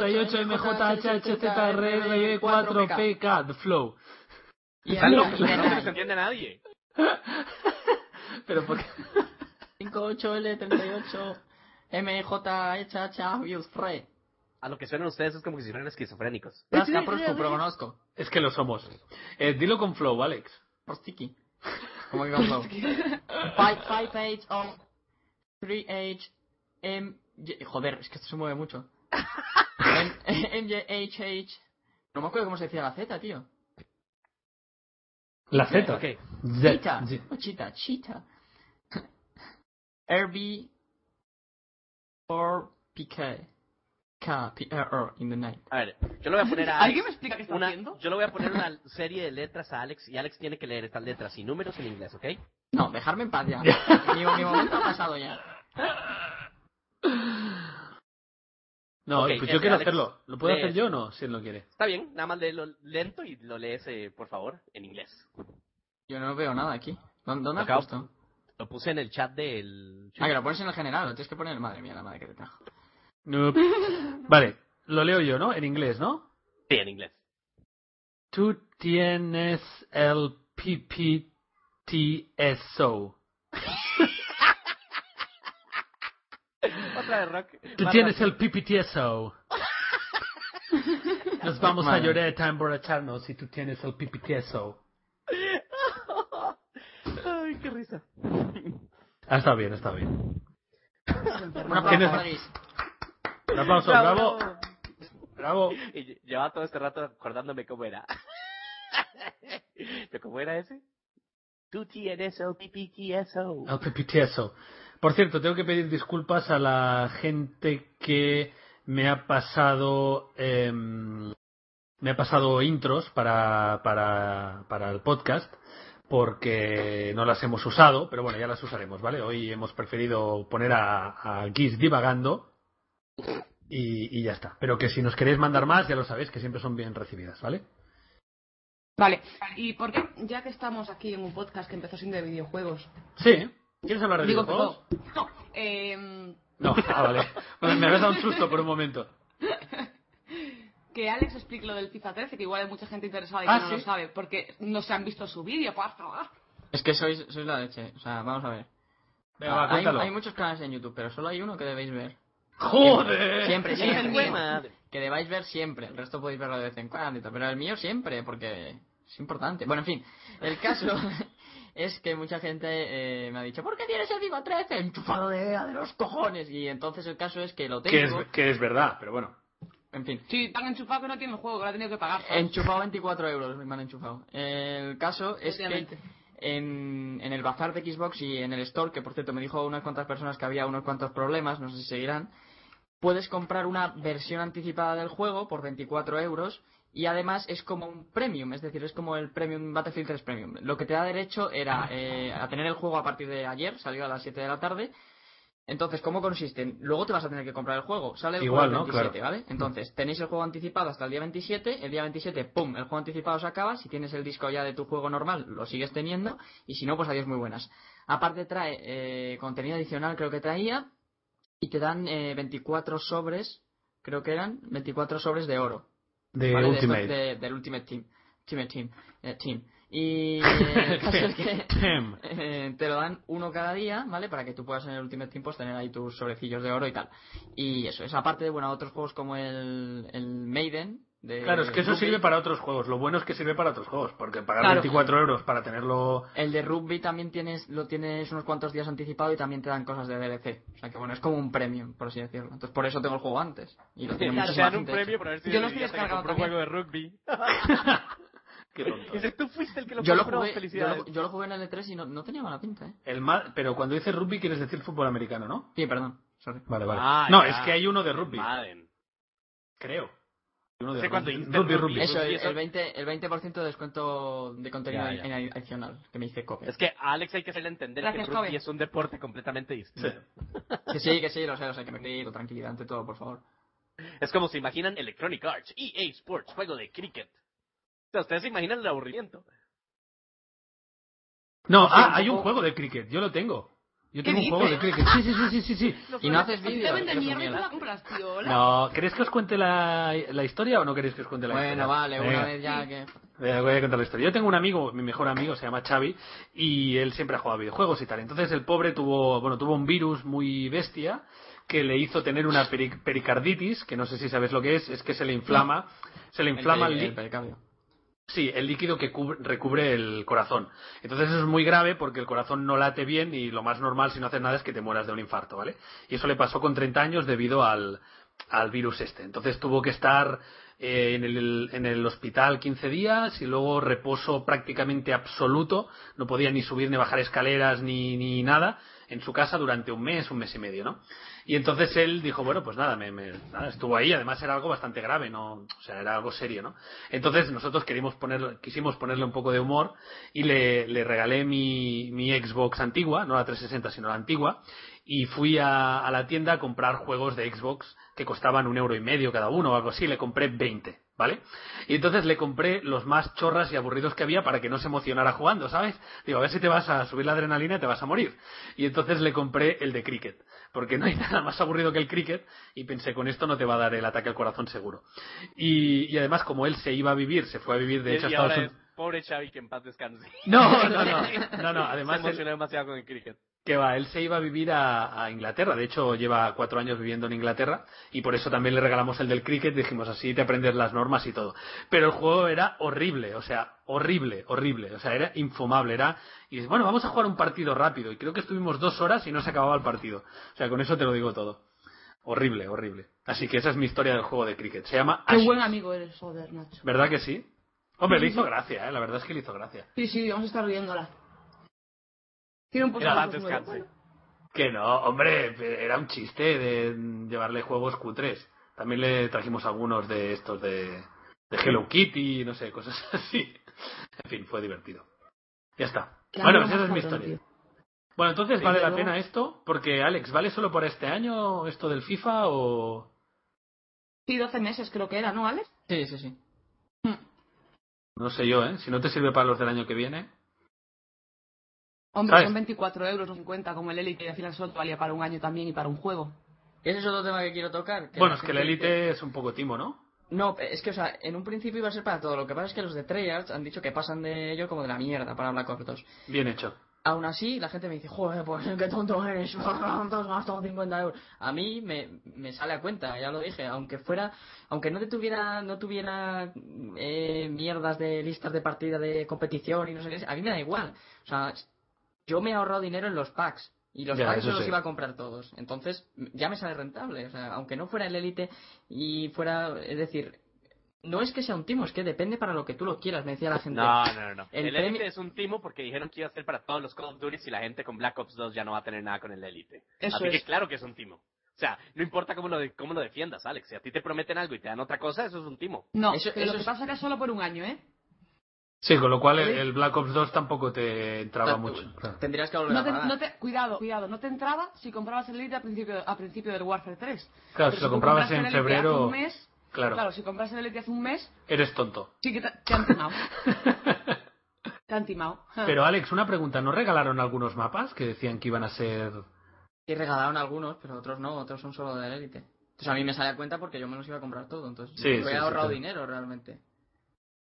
S5: 58L38MJHHZRB4PK,
S4: E, The Flow.
S5: Y
S3: Están
S5: ahí-
S3: locos,
S5: y ahí-
S3: no se les entiende a nadie.
S4: Pero porque
S5: 58L38 MJHH Views Frey.
S3: A lo que suenan ustedes es como que si fueran esquizofrénicos.
S5: Rasca proscu, pero conozco.
S4: es que lo somos. Eh, dilo con Flow, Alex.
S5: Prostiki. Como que con Five, five age on three age M Y- joder, es que esto se mueve mucho. M Y H H No me acuerdo cómo se decía la Z, tío.
S4: La Z.
S3: Ok.
S4: Z.
S5: Chita,
S4: Z.
S5: no chita, chita. RB or PK. K P R R in the night.
S3: A ver, yo le voy a poner a Alex
S6: ¿Alguien me explica qué está
S3: una-
S6: haciendo?
S3: yo le voy a poner una serie de letras a Alex y Alex tiene que leer estas letras y números en inglés, ¿ok?
S5: No, dejarme en paz ya. mi, mi momento ha pasado ya.
S4: No,
S3: Ok,
S4: pues yo
S3: F,
S4: quiero
S3: Alex.
S4: hacerlo. ¿Lo puedo
S3: Lee.
S4: hacer yo o no? Si él lo
S3: [laughs]
S4: quiere.
S3: Está bien, nada más léelo lento y lo lees, eh, por favor, en inglés.
S5: Yo no veo nada aquí. ¿Dó- ¿Dónde has
S3: Acabo-
S5: puesto?
S3: Lo puse en el chat del...
S5: Ah, que lo pones en el general, lo tienes que poner. Madre mía, la madre que te trajo.
S4: Nope. vale, lo leo yo, ¿no? En inglés, ¿no?
S3: Sí, en inglés.
S4: Tú tienes el PPTSO.
S3: Otra de rock.
S4: Tú
S3: Más
S4: tienes
S3: rápido.
S4: el PPTSO. Nos vamos
S5: Madre.
S4: a llorar a emborracharnos si tú tienes el PPTSO.
S3: Ay, qué risa.
S4: Ah, está bien, está bien.
S5: Un aplauso,
S4: ¿Tienes-
S5: Rodríguez.
S4: Un aplauso, bravo, bravo.
S3: Y lle- llevaba todo este rato acordándome cómo era. [laughs] ¿Pero cómo era ese? Tú tienes el PPTSO.
S4: Al PPTSO. Por cierto, tengo que pedir disculpas a la gente que me ha pasado em, me ha pasado intros para, para, para el podcast porque no las hemos usado, pero bueno, ya las usaremos, ¿vale? Hoy hemos preferido poner a, a Geese divagando y, y ya está. Pero que si nos queréis mandar más, ya lo sabéis, que siempre son bien recibidas, ¿vale?
S6: Vale, ¿y por qué? Ya que estamos aquí en un podcast que empezó siendo de videojuegos.
S4: Sí. ¿Quieres hablar de
S5: Digo,
S4: videojuegos?
S6: No, eh,
S4: No, ah, vale. [laughs] Bueno, me habías dado un susto por un momento.
S6: que Alex explique lo del FIFA 13, que igual hay mucha gente interesada y
S4: Ah,
S6: que no
S4: ¿sí?
S6: lo sabe, porque no se han visto su vídeo, por favor.
S5: Es que sois, sois la leche. O sea, vamos a ver.
S4: Venga, va,
S5: Ah, hay,
S4: cuéntalo.
S5: hay muchos canales en YouTube, pero solo hay uno que debéis ver.
S4: ¡Joder!
S5: Siempre, siempre.
S3: ¡Hijo de
S5: siempre.
S3: madre!
S5: Que debáis ver siempre. El resto podéis verlo de vez en cuando. y tal, Pero el mío siempre, porque es importante. Bueno, en fin. El caso [laughs] es que mucha gente eh, me ha dicho, ¿por qué tienes el Vivo 13? Enchufado de EA de los cojones. Y entonces el caso es que lo
S4: Que es,
S5: tengo.
S4: que es verdad, pero bueno.
S5: En fin.
S6: Sí, tan enchufado que no tiene el juego, que lo ha tenido que pagar. ¿sabes?
S5: Enchufado 24 euros, me han enchufado. El caso es que
S6: Obviamente.
S5: en, en el bazar de Xbox y en el store, que por cierto me dijo unas cuantas personas que había unos cuantos problemas, no sé si seguirán, puedes comprar una versión anticipada del juego por 24 euros y además es como un premium, es decir, es como el premium Battlefield 3 Premium. Lo que te da derecho era eh, a tener el juego a partir de ayer, salió a las 7 de la tarde. Entonces, ¿cómo consisten? Luego te vas a tener que comprar el juego. Sale el
S4: Igual,
S5: juego el
S4: ¿no? Claro.
S5: 27, ¿vale? Entonces, tenéis el juego anticipado hasta el día 27. El día 27, pum, el juego anticipado se acaba. Si tienes el disco ya de tu juego normal, lo sigues teniendo. Y si no, pues adiós, muy buenas. Aparte, trae eh, contenido adicional, creo que traía. Y te dan eh, 24 sobres, creo que eran 24 sobres de oro.
S4: De
S5: ¿vale? De estos-
S4: Ultimate.
S5: de- del Ultimate Team. Ultimate Team. eh, team.
S4: [laughs]
S5: Y eh, el caso es que
S4: Tem.
S5: eh, te lo dan uno cada día, ¿vale? Para que tú puedas en el Ultimate Team pues, tener ahí tus sobrecillos de oro y tal. Y eso, esa parte de, bueno, otros juegos como el, el Maiden. De
S4: Claro, es que eso
S5: rugby.
S4: sirve para otros juegos. Lo bueno es que sirve para otros juegos, porque pagar
S5: Claro.
S4: 24 euros para tenerlo...
S5: El de rugby también tienes, lo tienes unos cuantos días anticipado y también te dan cosas de DLC. O sea que bueno, es como un premium, por así decirlo. Entonces por eso tengo el juego antes. Y lo tiene
S3: Claro, te
S5: muchísima
S3: dan un
S5: gente, de hecho.
S3: premio por haber sido
S6: Yo
S3: el
S6: lo estoy
S3: idiota que
S6: descargando
S3: compró un juego de rugby.
S5: [laughs]
S4: Qué tonto.
S3: Dice, tú fuiste el que lo
S5: Yo lo,
S3: compró,
S5: jugué, yo,
S3: felicidades.
S5: lo, yo lo jugué en el E3 y no, no tenía mala pinta, ¿eh?
S4: El mal... Pero cuando dices rugby quieres decir fútbol americano, ¿no?
S5: Sí, perdón, sorry.
S4: Vale, vale.
S3: Ah,
S4: no,
S3: ya.
S4: es que hay uno de rugby,
S3: Madden.
S4: creo. Hay uno de
S3: Sé cuando
S4: rugby.
S3: dijiste
S4: Rugby,
S3: rugby.
S4: rugby.
S5: Eso, el,
S3: eso-
S5: el 20, el 20% de descuento de contenido
S3: Ya, ya.
S5: en- adicional que me dice Cope.
S3: Es que a Alex hay que hacerle entender
S6: Gracias,
S3: que el rugby
S6: joven.
S3: es un deporte completamente
S4: Sí.
S3: distinto.
S5: Que sí, que sí, lo sé, lo sé, que me digo, tranquilidad ante todo, por favor.
S3: Es como se imaginan Electronic Arts, EA Sports, juego de cricket. O sea, ustedes se imaginan el aburrimiento.
S4: No,
S5: Sí,
S4: ah,
S5: un
S4: hay un
S5: poco-
S4: juego de cricket, yo lo tengo. Yo
S6: ¿Qué
S4: tengo un juego de
S6: dices?
S4: cricket. Sí, sí, sí, sí, sí, sí.
S5: Y [laughs] no haces
S6: A ti te
S5: vídeos,
S6: venden
S5: eres un
S6: mierda y tú
S5: mierda.
S6: la compras, tío. hola.
S4: No, ¿queréis que os cuente la, la historia o no queréis que os cuente la historia?
S5: Bueno, vale,
S4: Venga.
S5: una vez ya que...
S4: Eh, Voy a contar la historia. Yo tengo un amigo, mi mejor amigo, se llama Xavi, y él siempre ha jugado a videojuegos y tal. Entonces el pobre tuvo, bueno, tuvo un virus muy bestia que le hizo tener una peri- pericarditis, que no sé si sabes lo que es, es que se le inflama, se le inflama
S5: el,
S4: el,
S5: peri-
S4: li-
S5: el pericardio.
S4: Sí, el líquido que cub- recubre el corazón. Entonces eso es muy grave porque el corazón no late bien y lo más normal si no haces nada es que te mueras de un infarto, ¿vale? Y eso le pasó con 30 años debido al, al virus este. Entonces tuvo que estar eh, en, el, en el hospital 15 días y luego reposo prácticamente absoluto. No podía ni subir ni bajar escaleras ni, ni nada en su casa durante un mes, un mes y medio, ¿no? Y entonces él dijo, bueno, pues nada, me, me- nada, estuvo ahí, además era algo bastante grave, no, o sea, era algo serio, ¿no? Entonces nosotros queríamos poner, quisimos ponerle un poco de humor y le, le regalé mi, mi Xbox antigua, no la 360, sino la antigua, y fui a, a la tienda a comprar juegos de Xbox que costaban un euro y medio cada uno o algo así, le compré 20, ¿vale? Y entonces le compré los más chorras y aburridos que había para que no se emocionara jugando, ¿sabes? Digo, a ver si te vas a subir la adrenalina y te vas a morir. Y entonces le compré el de cricket, porque no hay [laughs] nada más aburrido que el cricket, y pensé, con esto no te va a dar el ataque al corazón seguro. Y, y además, como él se iba a vivir, se fue a vivir, de
S3: y
S4: hecho, a
S3: y
S4: Estados
S3: ahora es,
S4: Unidos-
S3: pobre Xavi, que en paz descanse.
S4: No, no, no, no, no, además...
S3: [laughs] se
S4: él-
S3: emocionó demasiado con el cricket.
S4: que va, él se iba a vivir a, a Inglaterra. De hecho, lleva cuatro años viviendo en Inglaterra y por eso también le regalamos el del cricket. Dijimos así, te aprendes las normas y todo. Pero el juego era horrible, o sea, horrible, horrible. O sea, era infumable. Era, y dices, bueno, vamos a jugar un partido rápido. Y creo que estuvimos dos horas y no se acababa el partido. O sea, con eso te lo digo todo. Horrible, horrible. Así que esa es mi historia del juego de cricket. Se llama
S6: Qué
S4: Ashes.
S6: buen amigo eres, joder, Nacho.
S4: ¿Verdad que sí? Hombre, le hizo gracia, ¿eh? La verdad es que le hizo gracia.
S6: Sí, sí, vamos a estar riéndola. Tiene un poco
S3: En paz
S6: de
S3: descanse.
S4: Que no, hombre, era un chiste de llevarle juegos Q3. También le trajimos algunos de estos de, de Hello Kitty, no sé, cosas [laughs] así. En fin, fue divertido. Ya está. Bueno, pues esa es mi historia. Bueno, entonces, ¿vale la pena esto? Porque, Alex, ¿vale solo para este año esto del FIFA o...?
S6: Sí, 12 meses creo que era, ¿no, Alex?
S5: Sí, sí, sí.
S4: No sé yo, ¿eh? Si no te sirve para los del año que viene.
S6: Hombre,
S4: ¿Sabes?
S6: son 24 euros, no 50 como el Elite, y al final solo te valía para un año también y para un juego.
S5: Ese es otro tema que quiero tocar.
S4: bueno,
S5: la
S4: es que la
S5: gente dice-
S4: Elite es un poco timo, ¿no?
S5: No, es que, o sea, en un principio iba a ser para todo. Lo que pasa es que los de Treyarch han dicho que pasan de ello como de la mierda para hablar cortos.
S4: Bien hecho.
S5: Aún así, la gente me dice, joder, pues qué tonto eres, [laughs] te has gastado 50 euros. A mí me, me sale a cuenta, ya lo dije, aunque fuera, aunque no te tuviera, no tuviera eh, mierdas de listas de partida de competición y no sé qué, a mí me da igual. O sea, yo me he ahorrado dinero en los packs. Y los
S4: Ya,
S5: packs
S4: eso
S5: yo los
S4: sí.
S5: iba a comprar todos. Entonces, ya me sale rentable. O sea, aunque no fuera el élite y fuera, es decir, no es que sea un timo, es que depende para lo que tú lo quieras, me
S4: Pues
S5: decía la gente.
S3: No, no, no. no.
S5: El
S3: El,
S5: premio-
S3: Elite es un timo porque dijeron que iba a ser para todos los Call of Duty y la gente con Black Ops 2 ya no va a tener nada con el Elite.
S6: Eso
S3: Así
S6: es.
S3: que claro que es un timo. O sea, no importa cómo lo, de- cómo lo defiendas, Alex. Si a ti te prometen algo y te dan otra cosa, eso es un timo.
S6: No,
S5: Eso-
S6: pero
S5: eso
S6: lo que
S5: es-
S6: pasa es que es solo por un año, ¿eh?
S4: Sí, con lo cual el,
S6: Sí.
S4: el Black Ops 2 tampoco te entraba
S5: Tú-
S4: mucho. claro.
S5: Tendrías que volver
S6: No
S5: a
S6: te,
S5: pagar.
S6: no te- cuidado, cuidado, no te entraba si comprabas el Elite a principio, a principio del Warfare 3.
S4: Claro,
S6: Pero
S4: si lo
S6: tú
S4: comprabas
S6: compraste
S4: en
S6: el Elite hace
S4: febrero,
S6: un mes,
S4: claro.
S6: si compras el Elite hace un mes,
S4: Eres tonto.
S6: sí que te, te
S4: [laughs]
S6: han timado. te han timado.
S3: Ah.
S4: Pero Alex, una pregunta, ¿no regalaron algunos mapas que decían que iban a ser...
S5: Y regalaron algunos, pero otros no, otros son solo del élite. Entonces a mí me sale a cuenta porque yo me los iba a comprar todo, entonces
S4: Sí, sí,
S5: me he
S4: sí,
S5: ahorrado
S4: claro.
S5: dinero realmente.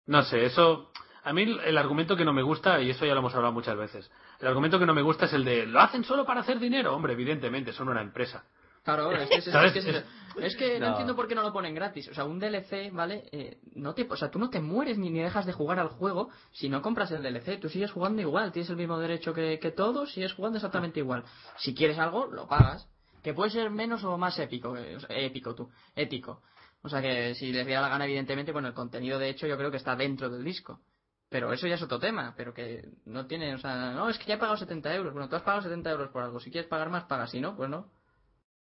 S4: No sé, eso... A mí el el argumento que no me gusta, y eso ya lo hemos hablado muchas veces, el argumento que no me gusta es el de, lo hacen solo para hacer dinero, hombre, evidentemente, son una empresa.
S5: Claro, es que, es,
S4: ¿Sabes?
S5: Eh, es que, es- es que no.
S3: No.
S5: entiendo por qué no lo ponen gratis. O sea, un DLC, ¿vale? Eh, no te, o sea, tú no te mueres ni, ni dejas de jugar al juego si no compras el DLC. Tú sigues jugando igual, tienes el mismo derecho que, que todos, sigues jugando exactamente igual. Si quieres algo, lo pagas. Que puede ser menos o más épico, eh, o sea, épico tú, ético. O sea que si les diera la gana, evidentemente, bueno, el contenido de hecho yo creo que está dentro del disco. Pero eso ya es otro tema, pero que no tiene, o sea, no, es que ya he pagado 70 euros. Bueno, tú has pagado 70 euros por algo. Si quieres pagar más, pagas. Si no, pues no.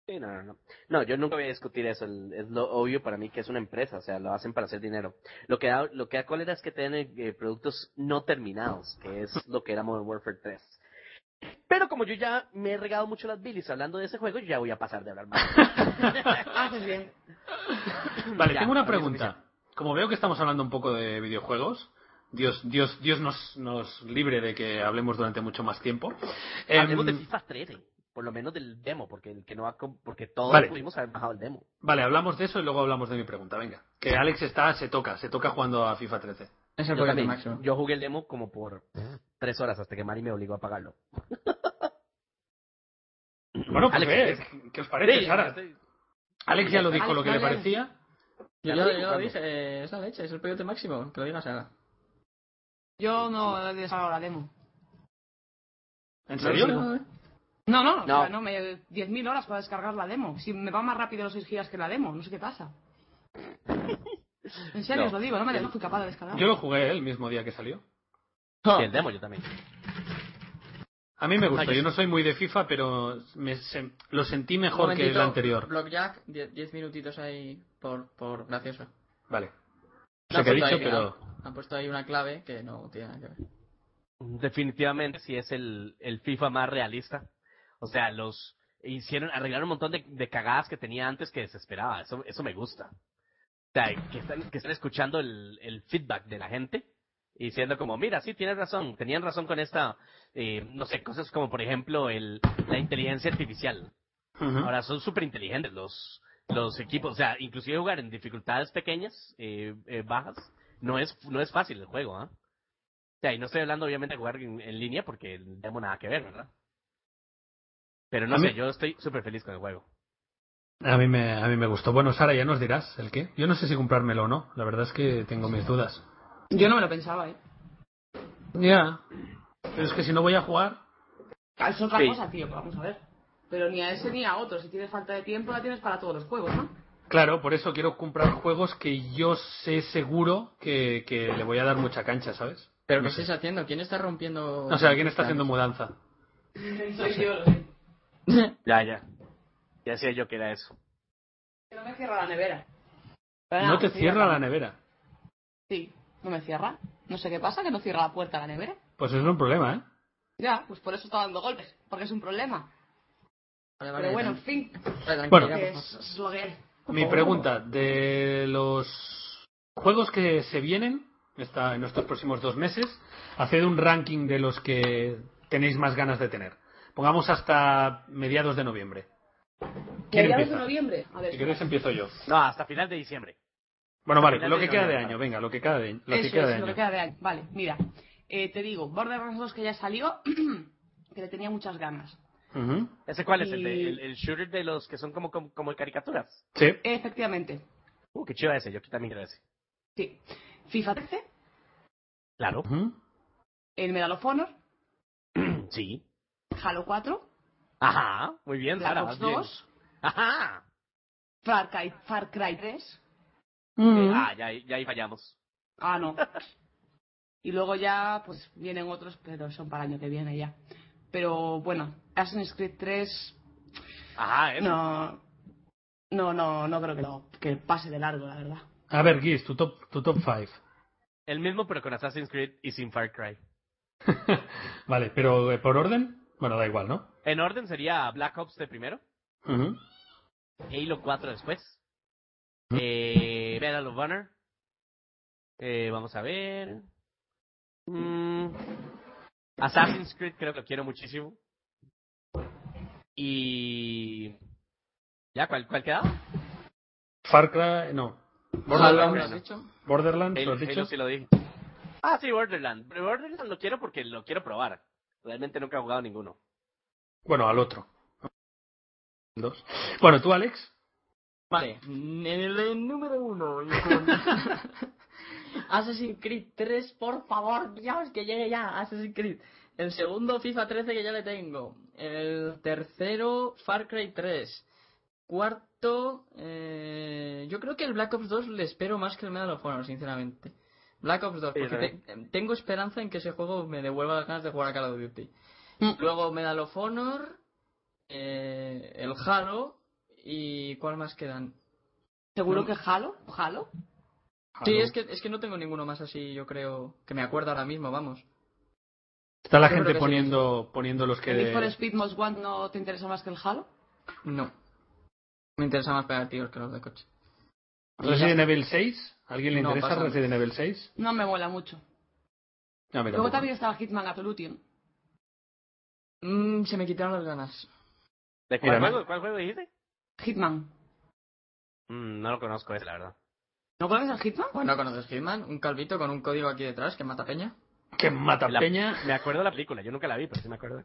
S3: Sí, no, no, no. No, yo nunca voy a discutir eso. El- es lo obvio para mí que es una empresa. O sea, lo hacen para hacer dinero. Lo que da, lo que da cólera es que tienen productos no terminados, que es lo que era Modern Warfare 3. Pero como yo ya me he regado mucho las bilis hablando de ese juego, yo ya voy a pasar de hablar más.
S6: Haces bien.
S4: Vale,
S3: Ya,
S4: tengo una
S3: con eso
S4: pregunta. Como veo que estamos hablando un poco de videojuegos, Dios, Dios, Dios nos, nos libre de que hablemos durante mucho más tiempo. Em,
S3: Hablemos de FIFA 13, por lo menos del demo, porque el que no ha, com- porque todos
S4: Vale.
S3: pudimos haber bajado el demo.
S4: Vale, hablamos de eso y luego hablamos de mi pregunta. Venga, que Alex está, se toca, se toca jugando a FIFA 13.
S5: Es
S3: Yo,
S5: el problema
S3: también.
S5: máximo.
S3: Yo jugué el demo como por tres horas hasta que Mari me obligó a pagarlo.
S4: Bueno, pues
S3: Alex,
S4: Alex, ¿qué os parece,
S3: Sí,
S4: Sara?
S3: estoy-
S4: Alex ya lo dijo
S6: Alex,
S4: lo que le
S6: dale, Alex.
S4: parecía.
S5: Yo,
S3: Ya lo
S5: yo
S3: digo,
S5: lo
S3: Carlos.
S5: dije, eh, es la leche, es el peyote máximo, que lo digas ahora.
S6: Yo no he descargado la demo.
S4: ¿En serio?
S5: eh.
S6: No, no,
S3: No.
S6: o sea, no me 10.000 horas para descargar la demo. Si me va más rápido los 6 gigas que la demo, no sé qué pasa. En serio,
S3: No.
S6: os lo digo, no, me, no fui capaz de descargar.
S4: Yo lo jugué el mismo día que salió.
S3: Sí, el demo yo también.
S4: A mí me gustó.
S3: yo
S4: Yo
S3: sí.
S4: no soy muy de FIFA, pero me, se- lo sentí mejor que el anterior.
S5: Blockjack, 10 minutitos ahí por, por gracioso.
S4: Vale.
S5: O
S4: Sé que he dicho, pero...
S5: Han, han puesto ahí una clave que no tiene nada que ver.
S3: Definitivamente sí es el, el FIFA más realista. O sea, los hicieron, arreglaron un montón de, de cagadas que tenía antes que desesperaba. Eso, eso me gusta. O sea, que están, que están escuchando el, el feedback de la gente y diciendo como, mira, sí, tienes razón, tenían razón con esta, eh, no sé, cosas como, por ejemplo, el, la inteligencia artificial.
S4: Ujú.
S3: Ahora son súper inteligentes los, los equipos. O sea, inclusive jugar en dificultades pequeñas, eh, eh, bajas, no es, no es fácil el juego, ¿ah? O sea, y no estoy hablando obviamente de jugar en, en línea porque no tenemos nada que ver, ¿verdad? Pero no
S4: A
S3: sé,
S4: mí-
S3: yo estoy súper feliz con el juego.
S4: A mí, me, a mí me gustó. Bueno, Sara, ya nos dirás el qué. Yo no sé si comprármelo o no. La verdad es que tengo mis dudas.
S6: Yo no me lo pensaba, ¿eh?
S4: Ya. Pero es que si no voy a jugar...
S6: Ah, Es otra
S3: Sí.
S6: cosa, tío, pero vamos a ver. Pero ni a ese ni a otro. Si tienes falta de tiempo, la tienes para todos los juegos, ¿no?
S4: Claro, por eso quiero comprar juegos que yo sé seguro que, que le voy a dar mucha cancha, ¿sabes?
S5: ¿Pero
S4: no
S5: qué estáis haciendo? ¿Quién está rompiendo...?
S4: O sea, ¿quién está haciendo mudanza?
S6: Soy yo.
S3: Ya, ya. Ya decía yo que era eso.
S6: Que no me cierra la nevera. pues
S4: No te cierra la nevera.
S6: Sí, no me cierra. No sé qué pasa, que no cierra la puerta la nevera.
S4: Pues eso es un problema, ¿eh?
S6: Ya, pues por eso está dando golpes, porque es un problema.
S5: Vale, vale,
S6: Pero bueno, en
S5: tran-
S6: fin,
S5: vale, tranquilidad,
S4: Bueno.
S5: por
S6: que
S5: favor.
S6: es, es lo que es.
S4: Mi pregunta, de los juegos que se vienen, esta- en estos próximos dos meses, haced un ranking de los que tenéis más ganas de tener. Pongamos hasta mediados de noviembre. ¿Quién
S6: Mediados de
S4: empieza?
S6: noviembre. A ver,
S4: Si queréis empiezo yo.
S3: No, hasta final de diciembre.
S4: Bueno, vale,
S3: final
S4: lo
S3: de
S4: que queda de
S3: noviembre,
S4: año, venga, lo que queda de, lo que
S6: Eso
S4: queda
S6: es,
S4: de
S6: lo que
S4: año.
S6: queda de año. Vale, mira, eh, te digo, Borderlands 2 que ya salió, [clears throat] que le tenía muchas ganas.
S4: Ujú.
S3: ¿Ese cuál es? El, de-
S6: Y-
S3: el, el shooter de los que son como, como, como caricaturas.
S4: Sí.
S6: Efectivamente,
S3: Uh, qué chido ese. Yo aquí también quiero ese.
S6: sí. FIFA 13,
S3: Claro.
S4: Ujú.
S6: el Medal of Honor,
S3: Sí.
S6: Halo 4,
S3: Ajá. Muy bien,
S6: Black
S3: Sara.
S6: Ops
S3: vas bien.
S6: 2,
S3: Ajá.
S6: Far Cry, Far Cry 3.
S3: Eh,
S4: Ujú.
S3: ah, ya, ahí- ya ahí fallamos.
S6: Ah, no. Y luego ya, pues vienen otros, pero son para el año que viene ya. Pero bueno, Assassin's Creed 3,
S3: Ajá, ¿eh?
S6: no. No, no, no creo que, lo, que pase de largo, la verdad.
S4: A ver, Guis, tu top, tu top five.
S3: El mismo, pero con Assassin's Creed y sin Far Cry.
S4: Vale, pero eh, por orden, bueno, da igual, ¿no?
S3: En orden sería Black Ops de primero,
S4: Ujú.
S3: Halo 4 después, eh, Medal of Honor. Eh, vamos a ver. Mm, Assassin's Creed creo que lo quiero muchísimo. Y... ¿Ya? ¿Cuál, cuál queda? Ah,
S4: Far Cry, no.
S5: Halo,
S4: Borderlands,
S5: ¿has dicho?
S4: Borderlands, ¿lo
S3: Halo,
S4: has dicho?
S3: Halo sí lo dije. Ah, sí, Borderland. Pero Borderland lo quiero porque lo quiero probar. Realmente nunca he jugado ninguno.
S4: Bueno, al otro. Dos. Bueno, tú, Alex.
S5: Vale, en el, en número uno. y con- [laughs] Assassin's Creed 3, por favor, Dios, que llegue ya, Assassin's Creed. El segundo, FIFA 13, que ya le tengo. El tercero, Far Cry 3. Cuarto, eh, yo creo que el Black Ops 2 le espero más que el Medal of Honor, sinceramente. Black Ops 2,
S3: Sí,
S5: porque
S3: también.
S5: te- tengo esperanza en que ese juego me devuelva las ganas de jugar a Call of Duty. Luego Medal of Honor, eh, el Halo y ¿cuál más quedan?
S6: Seguro
S5: No.
S6: que Halo, Halo.
S5: Sí,
S4: Halo.
S5: es que, es que no tengo ninguno más así, yo creo, que me acuerdo ahora mismo, vamos.
S4: Está la
S5: yo creo
S4: gente
S5: que sí,
S4: poniendo, poniendo los que...
S6: ¿El Need for Speed Most Wanted no te interesa más que el Halo?
S5: No. Me interesa más pegar tiros que los de coche. Y
S4: Resident
S5: ya-
S4: Evil 6. ¿A ¿Alguien le
S5: No,
S4: interesa
S5: pasa.
S4: Resident Evil 6?
S6: No me mola mucho.
S4: No, me
S6: Luego
S4: tampoco.
S6: también estaba Hitman Absolution.
S5: Mm, se me quitaron las ganas.
S3: ¿De cuál,
S4: Mira, me-
S3: juego, ¿Cuál juego dijiste?
S6: Hitman.
S3: Mm, no lo conozco ese, la verdad.
S6: ¿No conoces al Hitman?
S5: Bueno, ¿conoces Hitman? Un calvito con un código aquí detrás que mata peña.
S4: Que mata
S3: La-
S4: peña.
S3: Me acuerdo de la película, yo nunca la vi, pero sí me acuerdo.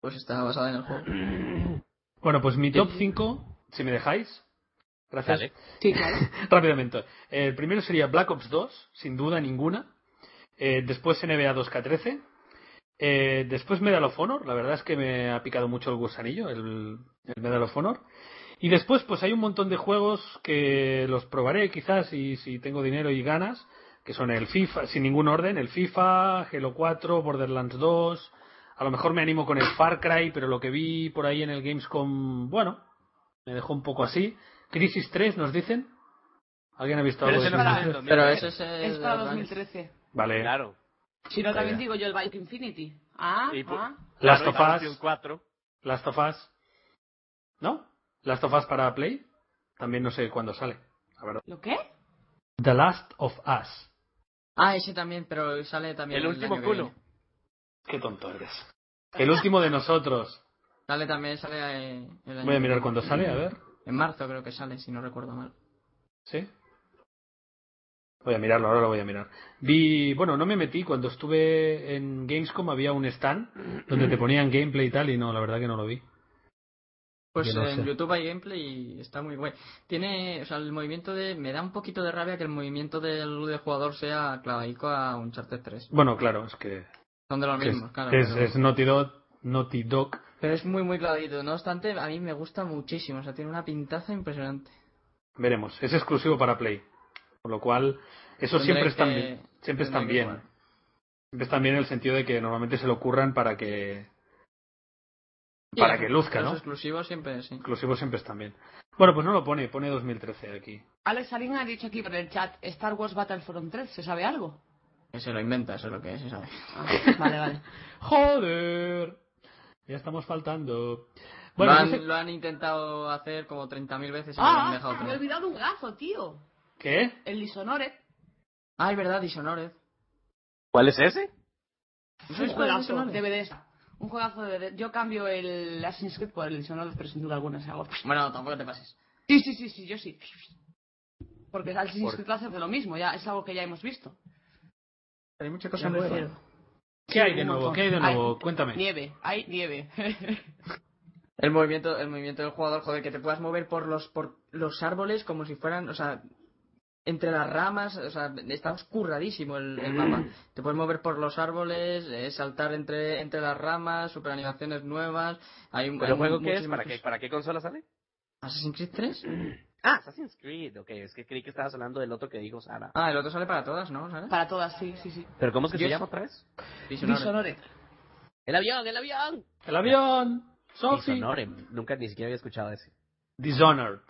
S5: Pues está basada en el
S3: [clears throat]
S5: juego.
S4: Bueno, pues mi top 5, si me dejáis. Gracias.
S3: Dale.
S6: Sí, claro.
S4: Rápidamente. El primero sería Black Ops 2, sin duda ninguna. Eh, después NBA 2K13. Eh, después Medal of Honor. La verdad es que me ha picado mucho el gusanillo, el, el Medal of Honor. Y después, pues hay un montón de juegos que los probaré quizás y si tengo dinero y ganas, que son el FIFA, sin ningún orden, el FIFA, Halo 4, Borderlands 2. A lo mejor me animo con el Far Cry, pero lo que vi por ahí en el Gamescom, bueno, me dejó un poco así. Crisis 3, nos dicen. ¿Alguien ha visto
S3: Pero
S4: algo de Crisis
S3: ese no
S4: 3?
S3: sale en 2000.
S5: Pero ese es el...
S6: es para 2013.
S4: Vale.
S3: Claro.
S6: Si no, también
S4: Vaya.
S6: digo yo el Bioshock Infinity. Ah,
S3: Y pu-
S6: ah.
S4: Last
S3: Claro,
S4: of
S3: y Battlefield
S4: Us.
S3: 4.
S4: Last of Us. ¿No? Last of Us para Play. También no sé cuándo sale. La verdad.
S6: ¿Lo qué?
S4: The Last of Us.
S5: Ah, ese también, pero sale también
S3: El último
S5: año que
S3: culo.
S5: viene.
S4: Qué tonto eres. El último de nosotros.
S5: Sale también, sale... eh, el año
S4: Voy a mirar
S5: que viene.
S4: cuándo sale, a ver.
S5: En marzo creo que sale, si no recuerdo mal.
S4: ¿Sí? Voy a mirarlo, ahora lo voy a mirar. Vi, bueno, no me metí, cuando estuve en Gamescom había un stand donde te ponían gameplay y tal, y no, la verdad que no lo vi.
S5: Pues
S4: Yo no
S5: eh,
S4: sé.
S5: en YouTube hay gameplay y está muy guay. Tiene, o sea, el movimiento de... Me da un poquito de rabia que el movimiento del, del jugador sea clavadico a un Charter 3.
S4: Bueno, claro, es que
S5: Son de los
S4: que es,
S5: mismos, claro.
S4: que es-
S5: pero,
S4: es Naughty Dog, Naughty Dog.
S5: pero es muy, muy clavadito. No obstante, a mí me gusta muchísimo. O sea, tiene una pintaza impresionante.
S4: Veremos, es exclusivo para Play. Con lo cual, eso
S5: Tendré
S4: siempre están
S5: que-
S4: bien. Siempre están
S5: tendré que
S4: bien.
S5: jugar.
S4: Siempre están bien en el sentido de que normalmente se lo ocurran para que.
S5: Sí,
S4: para
S5: los-
S4: que luzca,
S5: los
S4: ¿no?
S5: exclusivos siempre, sí.
S4: Exclusivos siempre están bien. Bueno, pues no lo pone, pone 2013 aquí.
S6: Alex Salín ha dicho aquí por el chat Star Wars Battlefront 3. ¿Se sabe algo?
S5: Que se lo inventa, eso es lo que es, ¿sabes?
S6: Ah, vale, vale.
S4: ¡Joder! Ya estamos faltando. Bueno,
S5: Bueno, lo, han,
S4: no sé-
S5: lo han intentado hacer como 30.000 veces y no han
S6: Ah,
S5: dejado
S6: me he
S5: otra.
S6: olvidado un gazo, tío.
S4: ¿Qué?
S6: El Dishonored.
S5: Ah, es verdad, Dishonored.
S3: ¿Cuál es ese?
S5: ¿No
S6: Es
S5: sabéis
S6: un
S5: cuál es
S6: juegazo
S5: Dishonored?
S6: de BDS. Un juegazo de BDS. Yo cambio el Assassin's Creed por el Dishonored, pero sin duda alguna se hago.
S5: Bueno, tampoco te pases.
S6: Sí, sí, sí, sí, yo sí. Porque el Assassin's Creed hace de lo mismo, ya es algo que ya hemos visto.
S5: Hay mucha
S6: Ya me refiero.
S4: ¿Qué hay de
S6: un
S4: nuevo?
S6: montón.
S4: ¿Qué hay de
S6: Hay
S4: nuevo? Cuéntame.
S6: Nieve, hay nieve. [laughs]
S5: El movimiento, el movimiento del jugador, joder, que te puedas mover por los, por los árboles como si fueran, o sea, entre las ramas, o sea, está oscurradísimo el, el mapa.
S3: [clears throat]
S5: Te puedes mover por los árboles, eh, saltar entre, entre las ramas, superanimaciones nuevas. Hay, un-
S3: ¿Pero
S5: hay
S3: juego
S5: mu-
S3: qué es?
S5: muchísimas
S3: ¿Para qué,
S5: cosas.
S3: ¿Para qué consola sale?
S5: ¿Assassin's Creed 3?
S3: Ah, Assassin's Creed. Ok, es que creí que estabas hablando del otro que dijo Sara.
S5: Ah, el otro sale para todas, ¿no? ¿Sabes?
S6: Para todas, sí, sí, sí.
S3: ¿Pero cómo es que
S5: Yo
S3: se
S5: sé-
S3: llama otra vez?
S5: Dishonored.
S6: Dishonored.
S3: ¡El avión, el avión!
S4: El avión. Sophie.
S3: Dishonored. Nunca ni siquiera había escuchado ese.
S4: Dishonored.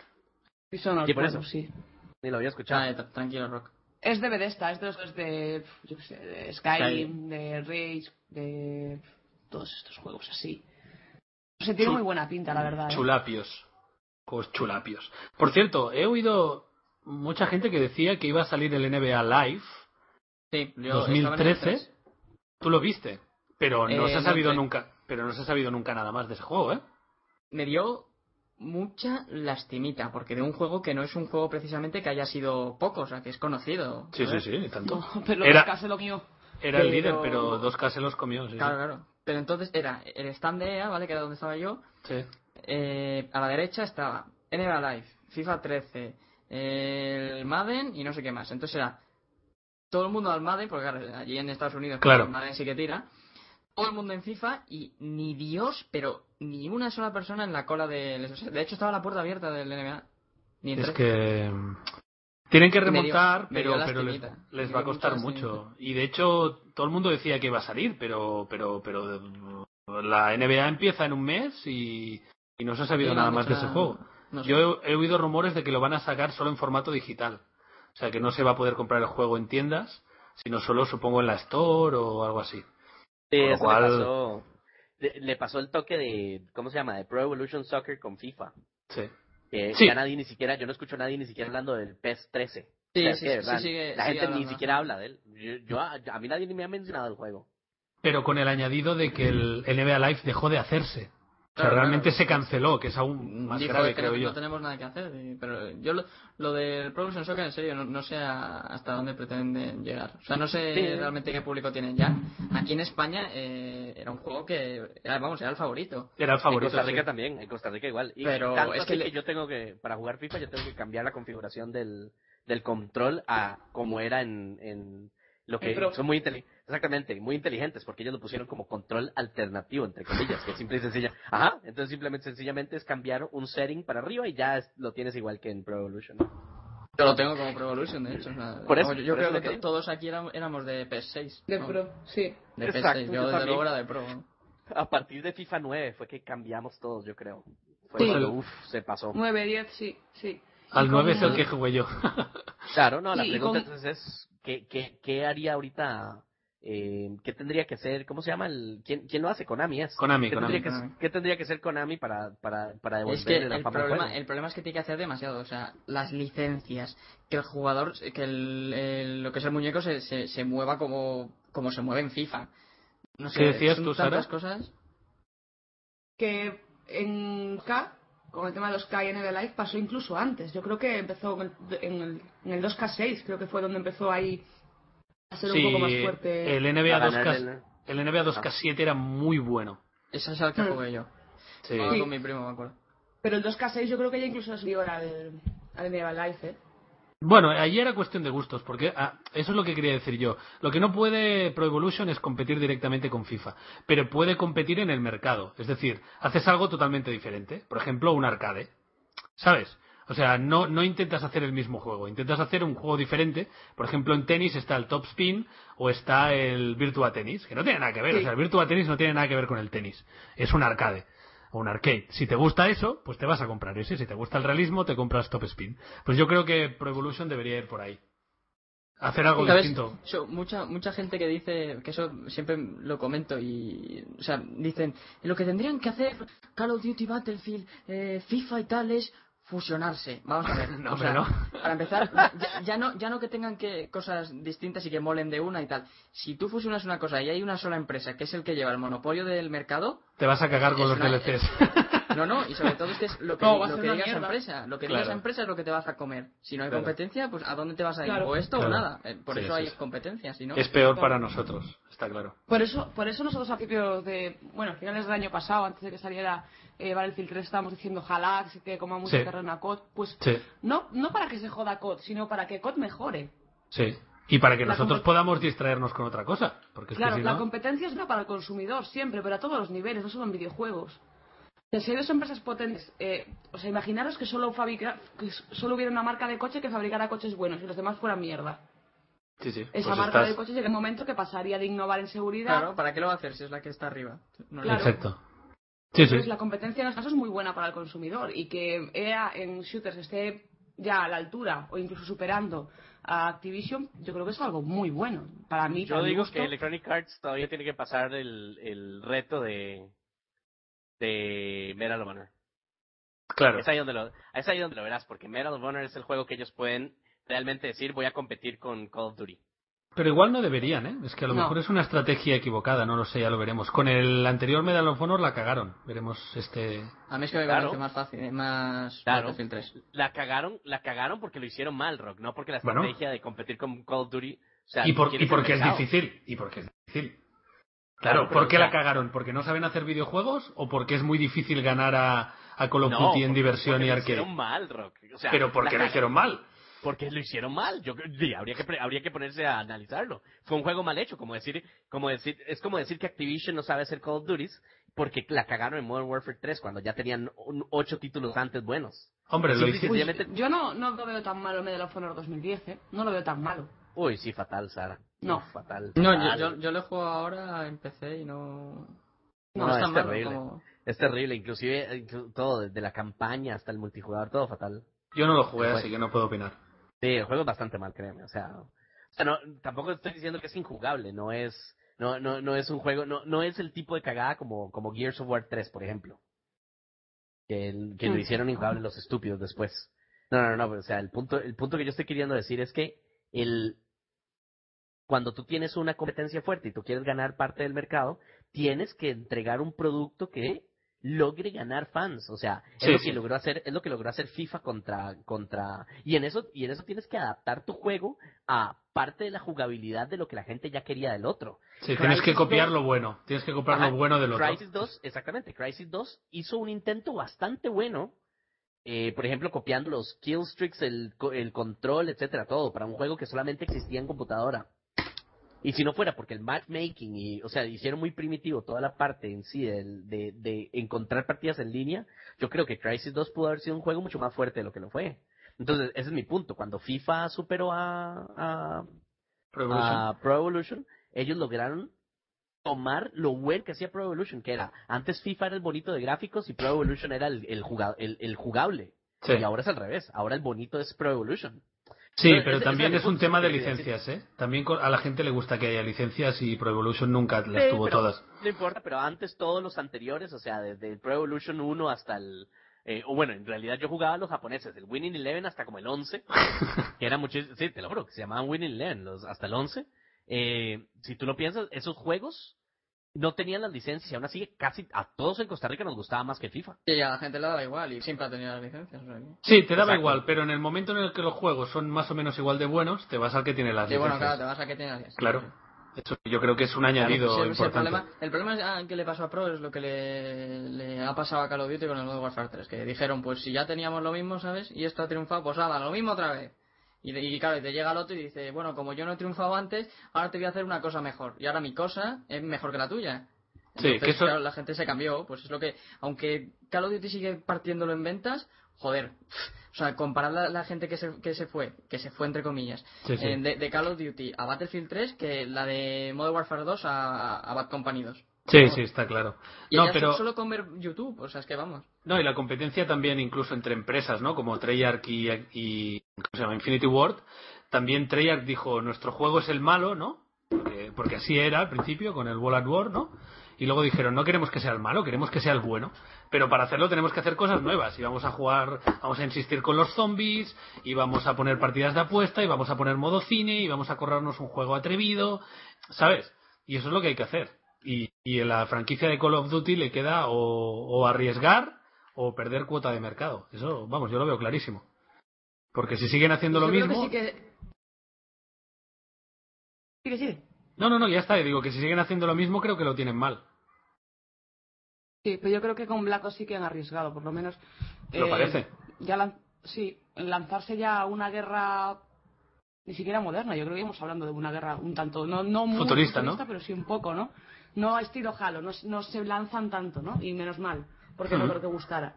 S6: Dishonored,
S3: Sí, por
S6: bueno,
S3: eso.
S6: sí.
S3: Ni lo
S5: Ah,
S3: había escuchado.
S5: eh, tra- tranquilo, Rock.
S6: Es de Bethesda, es de los de, pf, yo qué sé, de Skyrim, de Rage, de pf, todos estos juegos así. No sé, tiene
S4: Chul-
S6: muy buena pinta, la verdad. ¿eh?
S4: Chulapios. Juegos chulapios. Por cierto, he oído mucha gente que decía que iba a salir el NBA Live.
S5: Sí, yo estaba en el
S4: 2013.
S5: 3.
S4: Tú lo viste. Pero no
S5: Eh,
S4: se ha
S5: no
S4: sabido
S5: sé.
S4: nunca. Pero no se ha sabido nunca nada más de ese juego, ¿eh?
S5: me dio mucha lastimita, porque de un juego que no es un juego precisamente que haya sido poco, o sea, que es conocido.
S4: Sí, sí,
S5: ¿sabes?
S4: sí, ni tanto.
S6: No, pero
S4: Era-
S6: casi lo mío.
S4: ¿Eh? Era el
S5: Pero-
S4: líder, pero dos K se los comió. sí, sí.
S5: Claro, claro. Pero entonces era el stand de EA, ¿vale? Que era donde estaba yo.
S4: Sí.
S5: eh, a la derecha estaba NBA Live, FIFA 13, el Madden y no sé qué más. Entonces era todo el mundo al Madden, porque claro, allí en Estados Unidos pues,
S4: Claro.
S5: el Madden sí que tira. Todo el mundo en FIFA y ni Dios, pero ni una sola persona en la cola del... De hecho estaba la puerta abierta del NBA. Ni
S4: Es
S5: entré.
S4: que mm, tienen que
S5: Me dio-
S4: remontar,
S5: me dio
S4: pero, pero les,
S5: lastimita.
S4: les
S5: Me
S4: va a
S5: dio
S4: costar
S5: mucha
S4: mucho. Y de hecho, todo el mundo decía que iba a salir, pero pero pero mm, la NBA empieza en un mes y, y no se ha sabido
S5: Sí,
S4: nada
S5: no,
S4: más de
S5: mucha-
S4: ese juego.
S5: no sé.
S4: Yo he, he oído rumores de que lo van a sacar solo en formato digital. O sea, que no se va a poder comprar el juego en tiendas, sino solo, supongo, en la Store o algo así.
S3: Sí,
S4: Con lo
S3: eso
S4: cual-
S3: le pasó. Le, le pasó el toque de, ¿cómo se llama? De Pro Evolution Soccer con FIFA.
S4: Sí.
S3: Que
S4: Sí.
S3: ya nadie ni siquiera, yo no escucho a nadie ni siquiera hablando del PES 13.
S5: Sí,
S3: O sea, es
S5: sí,
S3: que, de
S5: sí,
S3: verdad,
S5: sí, sigue-
S3: la
S5: sigue
S3: gente ni
S5: hablando.
S3: siquiera habla de él. Yo, yo- a, a mí nadie ni me ha mencionado el juego.
S4: Pero con el añadido de que el NBA Live dejó de hacerse. O sea,
S5: Claro,
S4: realmente
S5: claro.
S4: se canceló, que es aún más
S5: Dijo
S4: grave,
S5: que
S4: creo
S5: no,
S4: yo.
S5: no tenemos nada que hacer. y- Pero yo lo, lo del Pro Evolution Soccer, en serio, no, no sé a- hasta dónde pretenden llegar. O sea, no sé
S3: Sí.
S5: realmente qué público tienen ya. Aquí en España eh, era un juego que, era- vamos, era el favorito.
S4: Era el
S3: en
S4: favorito.
S3: Costa Rica
S4: sí.
S3: también, en Costa Rica igual. Y
S5: Pero
S3: tanto
S5: es
S3: así
S5: que
S3: que,
S5: le-
S3: yo tengo que, para jugar FIFA, yo tengo que cambiar la configuración del, del control a como era en, en lo que
S6: En Pro.
S3: son muy inteligentes. Exactamente, muy inteligentes, porque ellos lo pusieron como control alternativo, entre comillas, que es simple y sencilla. Ajá, entonces simplemente, sencillamente es cambiar un setting para arriba y ya es- lo tienes igual que en Pro Evolution.
S5: Yo lo tengo como Pro Evolution, de hecho. o sea,
S3: Por eso,
S5: vamos, yo yo
S3: por
S5: creo
S3: eso lo
S5: que,
S3: que
S5: to-
S3: digo.
S5: todos aquí éram- éramos de PS6.
S6: De
S5: vamos,
S6: pro, sí.
S5: De
S3: Exacto,
S5: PS6,
S3: yo
S5: yo desde
S3: también.
S5: luego era de Pro.
S3: A partir de FIFA 9 fue que cambiamos todos, yo creo. Fue
S4: Sí.
S3: cuando, uff, se pasó.
S6: 9, 10, sí, sí.
S4: Al
S6: Y
S4: 9 es
S6: con-
S4: el que jugué yo.
S3: Claro, no, la
S6: Sí, y
S3: pregunta
S6: con-
S3: entonces es, ¿qué, qué, qué haría ahorita? Eh, ¿Qué tendría que ser? ¿Cómo se llama? El, ¿quién, ¿Quién lo hace? Konami es.
S4: Konami,
S3: ¿Qué,
S4: Konami.
S3: tendría
S5: Konami.
S3: Que, ¿Qué tendría que ser Konami para, para, para devolver
S5: Es que
S3: la
S5: el
S3: fama al
S5: problema,
S3: juego?
S5: el problema es que tiene que hacer demasiado. O sea, las licencias, que el jugador, que el, el- lo que es el muñeco se, se, se mueva como, como se mueve en FIFA. No sé,
S4: ¿Qué decías
S5: son
S4: tú,
S5: tantas
S4: Sara?
S5: cosas.
S6: Que en K, con el tema de los K y NBA Live, pasó incluso antes. Yo creo que empezó en el, en el- en el 2K6, creo que fue donde empezó ahí a [laughs] ser
S4: Sí,
S6: un poco más fuerte.
S4: el
S5: Ah,
S4: NBA
S3: Para ganar
S4: 2K, el NBA 2K7 era muy bueno.
S5: Esa es la que
S6: Hmm.
S5: jugué yo.
S4: Sí.
S5: Jugaba
S6: Sí.
S5: con mi primo, me acuerdo.
S6: Pero el 2K6 yo creo que ya incluso se dio al, al NBA Live, ¿eh?
S4: Bueno, ahí era cuestión de gustos, porque ah, eso es lo que quería decir yo. Lo que no puede Pro Evolution es competir directamente con FIFA, pero puede competir en el mercado. Es decir, haces algo totalmente diferente. Por ejemplo, un arcade. ¿Sabes? O sea, no, no intentas hacer el mismo juego, intentas hacer un juego diferente. Por ejemplo, en tenis está el Top Spin o está el Virtua Tennis, que no tiene nada que ver.
S6: Sí.
S4: O sea, el Virtua Tennis no tiene nada que ver con el tenis. Es un arcade o un arcade. Si te gusta eso, pues te vas a comprar ese. Si te gusta el realismo, te compras Top Spin. Pues yo creo que Pro Evolution debería ir por ahí. Hacer algo
S5: ¿Sabes?
S4: distinto.
S5: So, mucha, mucha gente que dice, que eso siempre lo comento y, o sea, dicen, lo que tendrían que hacer Call of Duty Battlefield, eh, FIFA y tal es fusionarse. Vamos a ver.
S4: [laughs] No,
S5: o sea,
S4: hombre,
S5: Para empezar, ya, ya no, ya no que tengan que cosas distintas y que molen de una y tal. Si tú fusionas una cosa y hay una sola empresa que es el que lleva el monopolio del mercado,
S4: Te vas a cagar con
S5: Es
S4: los
S5: una-
S4: DLCs. [laughs]
S5: no, no, y sobre todo es que es lo que,
S6: [laughs] No, va a
S5: lo
S6: ser
S5: que
S6: una
S5: diga esa
S6: mierda.
S5: empresa. Lo que diga
S4: Claro.
S5: esa empresa es lo que te vas a comer. Si no hay
S4: Claro.
S5: competencia, pues ¿a dónde te vas a ir?
S6: Claro.
S5: O esto
S4: Claro.
S5: o nada. Eh, Por
S4: Sí,
S5: eso
S4: sí,
S5: hay
S4: sí.
S5: competencia, si no...
S4: Es peor para nosotros, está claro.
S6: Por eso, por eso nosotros a principios de, bueno, a finales del año pasado, antes de que saliera eh, Battlefield 3, estábamos diciendo ojalá que se quede como mucho
S4: Sí.
S6: terreno a COD. Pues
S4: Sí.
S6: no, no para que se joda COD, sino para que COD mejore.
S4: Sí. Y para que
S6: La
S4: nosotros
S6: compet-
S4: podamos distraernos con otra cosa. Porque es que
S6: Claro,
S4: si
S6: la
S4: no-
S6: competencia es una para el consumidor siempre, pero a todos los niveles, no solo en videojuegos. O sea, Si hay dos empresas potentes, eh, o sea, imaginaros que solo, fabrica, que s- solo hubiera una marca de coche que fabricara coches buenos y los demás fueran mierda.
S4: Sí, sí.
S6: Esa
S4: pues
S6: marca
S4: estás-
S6: de coches llega un momento que pasaría de innovar en seguridad.
S5: Claro, ¿para qué lo va a hacer si es la que está arriba? No le-
S6: Claro.
S4: Exacto. Sí, sí.
S6: Entonces, la competencia en este caso es muy buena para el consumidor y que EA en shooters esté ya a la altura o incluso superando a Activision, yo creo que es algo muy bueno. Para mí,
S3: Yo
S6: para mi
S3: digo
S6: gusto,
S3: que Electronic Arts todavía tiene que pasar el, el reto de de Medal of Honor.
S4: Claro.
S3: Es ahí donde lo es ahí donde lo verás porque Medal of Honor es el juego que ellos pueden realmente decir voy a competir con Call of Duty.
S4: Pero igual no deberían, ¿eh? Es que a lo
S6: No.
S4: mejor es una estrategia equivocada, no lo sé, ya lo veremos. Con el anterior Medal of Honor la cagaron. Veremos este.
S5: A mí es que me
S3: Claro.
S5: parece más fácil, eh, más
S3: Claro.
S5: Battlefield 3.
S3: La cagaron, la cagaron porque lo hicieron mal, Rock, no porque la
S4: Bueno.
S3: estrategia de competir con Call of Duty, o sea,
S4: y por-
S3: ¿quién
S4: y porque es
S3: el mercado?
S4: difícil. Y porque es difícil.
S3: Claro,
S4: Claro,
S3: pero
S4: ¿por qué
S3: ya.
S4: la cagaron? ¿Porque no saben hacer videojuegos o porque es muy difícil ganar a, a Call of
S3: No,
S4: Duty en
S3: porque-
S4: diversión
S3: porque
S4: y
S3: lo
S4: arcade?
S3: hicieron mal, Rock. O sea,
S4: Pero ¿por
S3: la
S4: qué lo
S3: cagaron.
S4: hicieron mal?
S3: Porque lo hicieron mal. Yo creo- sí, habría que pre- habría que ponerse a analizarlo. Fue un juego mal hecho, como decir, como decir, es como decir que Activision no sabe hacer Call of Duty porque la cagaron en Modern Warfare 3 cuando ya tenían un- ocho títulos antes buenos.
S4: Hombre, lo
S3: Simple y
S4: hicieron.
S3: sencillamente-
S6: yo no, no lo veo tan malo Medal of Honor 2010, ¿eh? No lo veo tan malo.
S3: Uy, sí, fatal, Sara.
S6: No.
S3: fatal.
S5: No,
S3: fatal.
S5: yo, yo, yo lo juego ahora en PC y no...
S3: No, es
S5: malo
S3: terrible.
S5: como-
S3: Es terrible, inclusive eh, inclu- todo, desde la campaña hasta el multijugador, todo fatal.
S4: Yo no lo jugué,
S3: Bueno.
S4: así que no puedo opinar.
S3: Sí, el juego es bastante mal, créeme. O sea, o sea, no, tampoco estoy diciendo que es injugable. No es, no, no, no es un juego, no, no es el tipo de cagada como, como Gears of War 3, por ejemplo. Que, el- que
S4: Ah.
S3: lo
S6: Mm.
S3: hicieron injugable los estúpidos después. No, no, no, pero, o sea, el punto, el punto que yo estoy queriendo decir es que el, cuando tú tienes una competencia fuerte y tú quieres ganar parte del mercado, tienes que entregar un producto que logre ganar fans, o sea, es
S4: Sí,
S3: lo
S4: sí.
S3: que logró hacer, es lo que logró hacer FIFA contra contra y en eso y en eso tienes que adaptar tu juego a parte de la jugabilidad de lo que la gente ya quería del otro.
S4: Sí, tienes que
S3: Crysis
S4: copiar
S3: dos.
S4: lo bueno. Tienes que copiar lo
S3: Ajá,
S4: bueno del otro.
S3: Crisis 2, exactamente, Crisis 2 hizo un intento bastante bueno, eh, por ejemplo, copiando los kill streaks, el, co- el control, etcétera, todo, para un juego que solamente existía en computadora. Y si no fuera porque el matchmaking, y, o sea, hicieron muy primitivo toda la parte en sí del- de, de encontrar partidas en línea, yo creo que Crisis 2 pudo haber sido un juego mucho más fuerte de lo que lo fue. Entonces, ese es mi punto. Cuando FIFA superó a- a,
S4: Pro Evolution.
S3: a Pro Evolution, ellos lograron tomar lo bueno que hacía Pro Evolution, que era antes FIFA era el bonito de gráficos y Pro Evolution era el, el, juga- el- el jugable.
S4: Sí,
S3: Y ahora es al revés, ahora el bonito es Pro Evolution.
S4: Sí,
S3: Pero
S4: pero
S3: ese-
S4: también
S3: ese
S4: es un
S3: punto
S4: tema de
S3: que quería decir.
S4: licencias, ¿eh? También co- a la gente le gusta que haya licencias y Pro Evolution nunca las
S3: Sí,
S4: tuvo
S3: pero
S4: todas.
S3: No importa, pero antes todos los anteriores, o sea, desde el Pro Evolution 1 hasta el... eh, o bueno, en realidad yo jugaba a los japoneses, del Winning Eleven hasta como el 11, que era muchísimo... Sí, te lo juro, que se llamaban Winning Eleven, los, hasta el 11. Eh, si tú lo piensas, esos juegos no tenían las licencias y aún así casi a todos en Costa Rica nos gustaba más que FIFA.
S5: Sí, a la gente le da igual y siempre ha tenido las licencias. o sea que-
S4: Sí, te daba
S3: Exacto.
S4: igual, pero en el momento en el que los juegos son más o menos igual de buenos, te vas al que tiene las
S5: Sí, bueno, claro,
S4: licencias.
S5: te vas a que tiene las licencias.
S4: claro. Eso yo creo que es un
S5: Claro,
S4: añadido
S5: sí, sí, el,
S4: importante.
S5: problema, el problema es, ah, que le pasó a Pro es lo que le, le ha pasado a Call of Duty con el Modern Warfare 3, que dijeron, pues si ya teníamos lo mismo, ¿sabes? Y esto ha triunfado, pues nada, lo mismo otra vez. Y, de- y claro, y te llega el otro y dice, bueno, como yo no he triunfado antes, ahora te voy a hacer una cosa mejor. Y ahora mi cosa es mejor que la tuya.
S4: Sí,
S5: Entonces,
S4: que eso-
S5: claro, la gente se cambió, pues es lo que, aunque Call of Duty sigue partiéndolo en ventas, joder, o sea, comparar la, la gente que se, que se fue, que se fue entre comillas,
S4: Sí, sí.
S5: eh, de, de Call of Duty a Battlefield 3 que la de Modern Warfare 2 a, a Bad Company 2.
S4: Sí, sí, está claro.
S5: Y
S4: No,
S5: ya
S4: pero...
S5: so- solo con ver YouTube, o sea, es que vamos.
S4: No, y la competencia también incluso entre empresas, ¿no? Como Treyarch y, y- ¿cómo se llama? Infinity Ward. También Treyarch dijo, nuestro juego es el malo, ¿no? Porque, porque así era al principio con el Wall at War, ¿no? Y luego dijeron, no queremos que sea el malo, queremos que sea el bueno. Pero para hacerlo tenemos que hacer cosas nuevas. Y vamos a jugar, vamos a insistir con los zombies, y vamos a poner partidas de apuesta, y vamos a poner modo cine, y vamos a corrernos un juego atrevido, ¿sabes? Y eso es lo que hay que hacer. Y, y en la franquicia de Call of Duty le queda o, o arriesgar o perder cuota de mercado. Eso, vamos, yo lo veo clarísimo. Porque si siguen haciendo lo
S5: Yo creo que
S4: mismo...
S5: sí que-
S6: Sigue, sigue.
S4: No, no, no, ya está. y Digo que si siguen haciendo lo mismo, creo que lo tienen mal.
S6: Sí, pero yo creo que con Black Ops sí que han arriesgado, por lo menos. eh,
S4: Lo parece.
S6: Ya lan- sí, lanzarse ya a una guerra ni siquiera moderna. Yo creo que íbamos hablando de una guerra un tanto, no, no muy
S4: Futurista, ¿no?
S6: pero sí un poco, ¿no? No a estilo Halo, no, s- no se lanzan tanto, ¿no? Y menos mal, porque no
S4: Ujú.
S6: creo que gustara.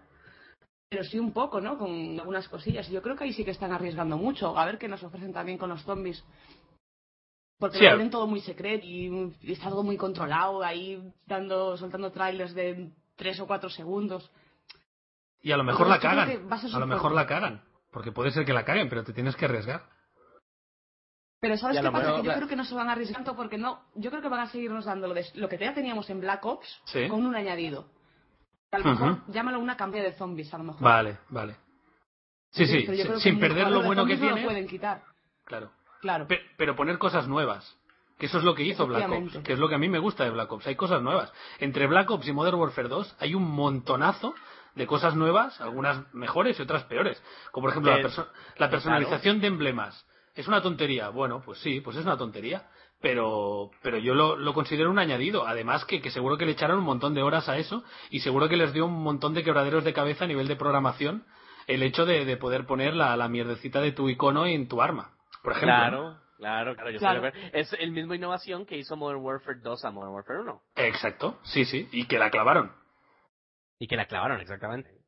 S6: Pero sí un poco, ¿no? Con algunas cosillas. Yo creo que ahí sí que están arriesgando mucho. A ver qué nos ofrecen también con los zombies. Porque
S4: Sí,
S6: lo
S4: a-
S6: tienen todo muy secreto y está todo muy controlado, ahí dando, soltando trailers de tres o cuatro segundos.
S4: Y a lo mejor
S6: pues Yo
S4: la
S6: creo que
S4: cagan.
S6: va a ser
S4: A lo
S6: su
S4: mejor
S6: culpa.
S4: la cagan. Porque puede ser que la caguen, pero te tienes que arriesgar.
S6: Pero ¿sabes
S3: Ya
S6: qué
S3: lo
S6: pasa?
S3: veo,
S6: Que yo
S3: claro.
S6: creo que no se van a arriesgar tanto porque no, yo creo que van a seguirnos dando lo, de, lo que ya teníamos en Black Ops
S4: Sí.
S6: con un añadido. A lo mejor,
S4: Ujú.
S6: llámalo una cambia de zombies, a lo mejor.
S4: Vale, vale. Sí, sí,
S6: Pero yo creo que
S4: sin
S6: un
S4: perder
S6: jugador
S4: lo
S6: de
S4: bueno que
S6: zombies no
S4: tiene.
S6: lo pueden quitar,
S4: Claro.
S6: claro.
S4: Pe- pero poner cosas nuevas. Que eso es lo que hizo Black Ops,
S6: Efectivamente.
S4: que es lo que a mí me gusta de Black Ops. Hay cosas nuevas. Entre Black Ops y Modern Warfare 2 hay un montonazo de cosas nuevas, algunas mejores y otras peores. Como por ejemplo la,
S3: Eh,
S4: perso- la personalización de emblemas. Es una tontería. Bueno, pues sí, pues es una tontería. Pero, pero yo lo, lo considero un añadido. Además que, que seguro que le echaron un montón de horas a eso y seguro que les dio un montón de quebraderos de cabeza a nivel de programación el hecho de, de poder poner la, la mierdecita de tu icono en tu arma. Por ejemplo. ¿no?
S3: Claro, claro, claro. Yo estoy de
S6: Claro.
S3: acuerdo. Es el mismo innovación que hizo Modern Warfare 2 a Modern Warfare 1.
S4: Exacto, sí, sí, y que la clavaron.
S3: Y que la clavaron, exactamente.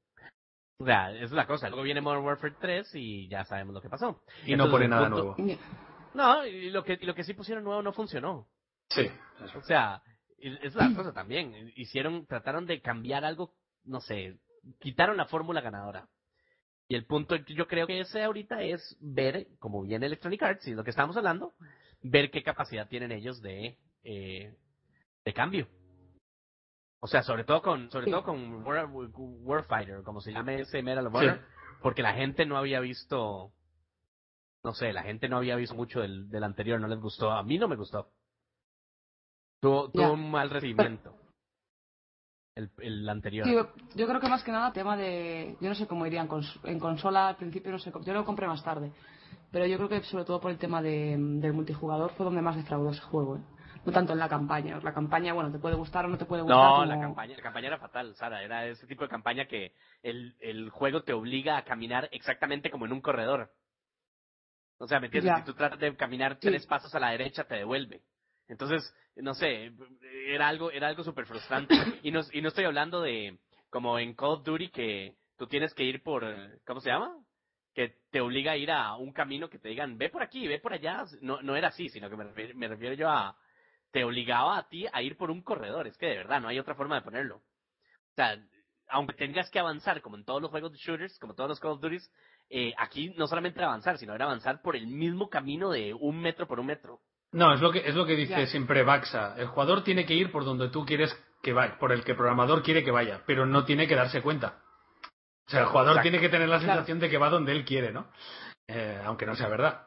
S3: O sea, esa es la cosa. Luego viene Modern Warfare 3 y ya sabemos lo que pasó.
S4: Y no
S3: Entonces,
S4: pone
S3: el
S4: nada
S3: punto-
S4: nuevo.
S3: No, y lo que, y lo que sí pusieron nuevo no funcionó.
S4: Sí.
S3: O sea, y- es la cosa también. Hicieron, trataron de cambiar algo, no sé, quitaron la fórmula ganadora. Y el punto que yo creo que ese ahorita es ver, como viene Electronic Arts y lo que estamos hablando, ver qué capacidad tienen ellos de, eh, de cambio. O sea, sobre todo con, sobre
S6: Sí.
S3: todo con War- Warfighter, como se llame ese Medal of Honor,
S4: Sí.
S3: porque la gente no había visto, no sé, la gente no había visto mucho del, del anterior, no les gustó, a mí no me gustó. Tuvo,
S6: Ya.
S3: tuvo un mal recibimiento. El, el anterior.
S6: Sí, yo, yo creo que más que nada tema de... Yo no sé cómo irían en consola al principio, no sé, cómo- yo lo compré más tarde. Pero yo creo que sobre todo por el tema de- del multijugador fue donde más defraudó ese juego. ¿eh? No tanto en la campaña. La campaña, bueno, te puede gustar o no te puede gustar.
S3: No,
S6: como-
S3: la campaña, la campaña era fatal, Sara. Era ese tipo de campaña que el, el juego te obliga a caminar exactamente como en un corredor. O sea, ¿me entiendes?
S6: Ya.
S3: Si tú tratas de caminar
S6: Sí.
S3: tres pasos a la derecha, te devuelve. Entonces, no sé, era algo, era algo súper frustrante. Y no, y no estoy hablando de, como en Call of Duty, que tú tienes que ir por, eh, ¿cómo se llama? Que te obliga a ir a un camino que te digan, ve por aquí, ve por allá. No, no era así, sino que me refiero, me refiero yo a, te obligaba a ti a ir por un corredor. Es que de verdad, no hay otra forma de ponerlo. O sea, aunque tengas que avanzar, como en todos los juegos de shooters, como todos los Call of Duty, eh, aquí no solamente era avanzar, sino era avanzar por el mismo camino de un metro por un metro.
S4: No, es lo que, es lo que dice
S6: Ya.
S4: siempre Baxa. El jugador tiene que ir por donde tú quieres que vaya, por el que el programador quiere que vaya, pero no tiene que darse cuenta. O sea, el jugador
S3: Exacto.
S4: tiene que tener la
S6: Claro.
S4: sensación de que va donde él quiere, ¿no? Eh, aunque no sea verdad.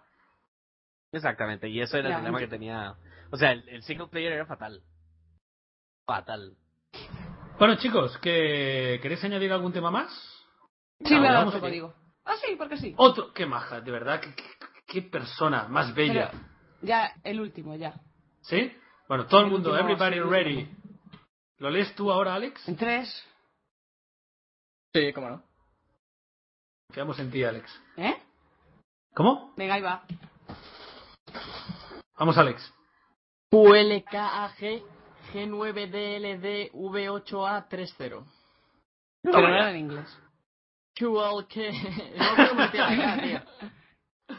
S3: Exactamente, y eso era
S6: Ya,
S3: el problema que tenía. O sea, el, el single player era fatal. Fatal.
S4: Bueno, chicos, ¿que ¿queréis añadir algún tema más?
S6: Sí, me ha dado
S4: Vamos
S6: otro
S4: allí.
S6: código. Ah, sí, porque sí.
S4: Otro, qué maja, de verdad, qué, qué- qué persona más bella.
S6: Pero ya, el último, ya.
S4: ¿Sí? Bueno, todo el
S6: el
S4: mundo,
S6: último,
S4: everybody
S6: sí, el
S4: ready. ¿Lo lees tú ahora, Alex?
S6: En tres.
S5: Sí, cómo no.
S4: Quedamos en ti, Alex.
S6: ¿Eh?
S4: ¿Cómo?
S6: Venga, ahí va.
S4: Vamos, Alex.
S5: QLKAG G9DLD V8A30.
S6: Pero no era en inglés.
S5: QLK. [laughs] No creo que te haga, tío.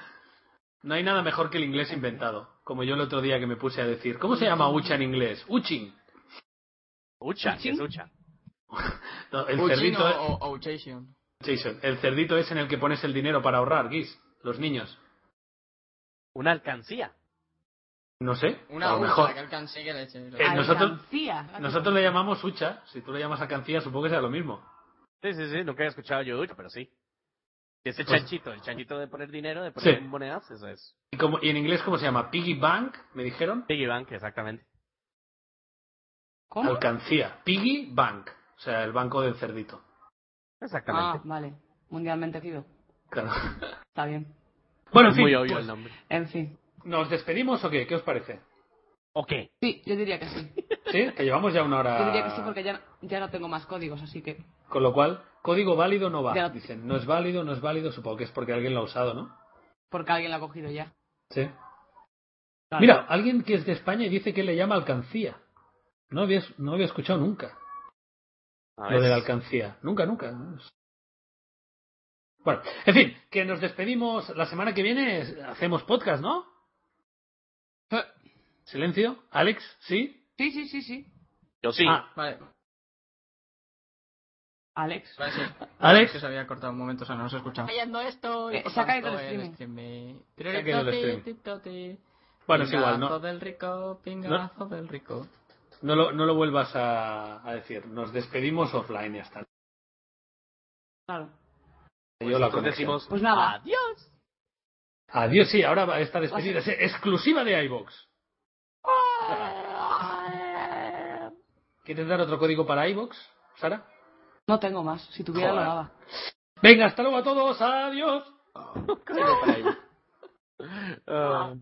S4: No hay nada mejor que el inglés inventado. Como yo el otro día que me puse a decir, ¿cómo se llama Ucha en inglés? Uchin.
S3: Ucha, ¿qué es Ucha?
S4: No, [laughs] el, eh.
S5: Uchino
S4: cerdito,
S5: o o Uchation.
S4: Jason, el cerdito es en el que pones el dinero para ahorrar, Guis. Los niños.
S3: Una alcancía.
S4: No sé.
S5: Una
S4: a lo
S5: uva,
S4: mejor.
S5: que alcance que leche.
S4: Eh, nosotros-
S7: Alcancía.
S4: Nosotros le llamamos hucha. Si tú le llamas alcancía, supongo que sea lo mismo.
S3: Sí, sí, sí, nunca he escuchado yo hucha, pero sí. Ese
S4: Pues-
S3: chanchito, el chanchito de poner dinero, de poner
S4: Sí.
S3: monedas, eso es.
S4: ¿Y, como, ¿Y en inglés cómo se llama? Piggy bank, me dijeron.
S3: Piggy bank, exactamente.
S7: ¿Cómo?
S4: Alcancía. Piggy bank. O sea, el banco del cerdito.
S7: Ah,
S4: Ah,
S3: Exactamente.
S7: vale. Mundialmente vivo.
S4: Claro. [laughs]
S7: Está bien.
S4: Bueno, en
S3: Es
S4: fin.
S3: muy obvio
S4: pues,
S3: el nombre.
S7: En fin.
S4: ¿Nos despedimos o qué? ¿Qué os parece?
S3: Ok.
S7: Sí, yo diría que sí.
S4: Sí, que llevamos ya una hora.
S7: Yo diría que sí porque ya, ya no tengo más códigos, así que...
S4: Con lo cual, código válido no
S7: Ya
S4: va.
S7: lo-
S4: Dicen, no es válido, no es válido. Supongo que es porque alguien lo ha usado, ¿no?
S7: Porque alguien lo ha cogido ya.
S4: Sí.
S7: Claro.
S4: Mira, alguien que es de España y dice que le llama alcancía. No había, no había escuchado nunca
S3: A
S4: lo de la
S3: ver.
S4: alcancía. Nunca, nunca. Bueno, en fin, que nos despedimos. La semana que viene hacemos podcast, ¿no?
S7: Sí.
S4: Silencio. Alex, ¿sí?
S7: Sí, sí, sí, sí.
S3: Yo sí.
S4: Ah,
S5: Vale,
S7: Alex.
S5: vale, sí. Es que
S4: Alex.
S5: se había cortado un momento, o sea, no os he escuchado.
S7: Fallando esto. saca de todo el streaming.
S4: Ya quedó el streaming.
S5: streaming.
S4: Bueno, es igual, no,
S5: del rico, pingazo del rico.
S4: no, lo, no lo vuelvas a, a decir. Nos despedimos offline y hasta.
S7: Claro.
S4: Yo la
S3: Nosotros
S4: conexión.
S3: decimos,
S7: Pues nada.
S3: Adiós.
S4: Adiós, sí, ahora va esta despedida es exclusiva de iBox. ¿Quieres dar otro código para iBox, Sara?
S7: No tengo más. Si tuviera
S4: Joder.
S7: lo daba.
S4: Venga, hasta luego a todos, adiós.
S3: Ah.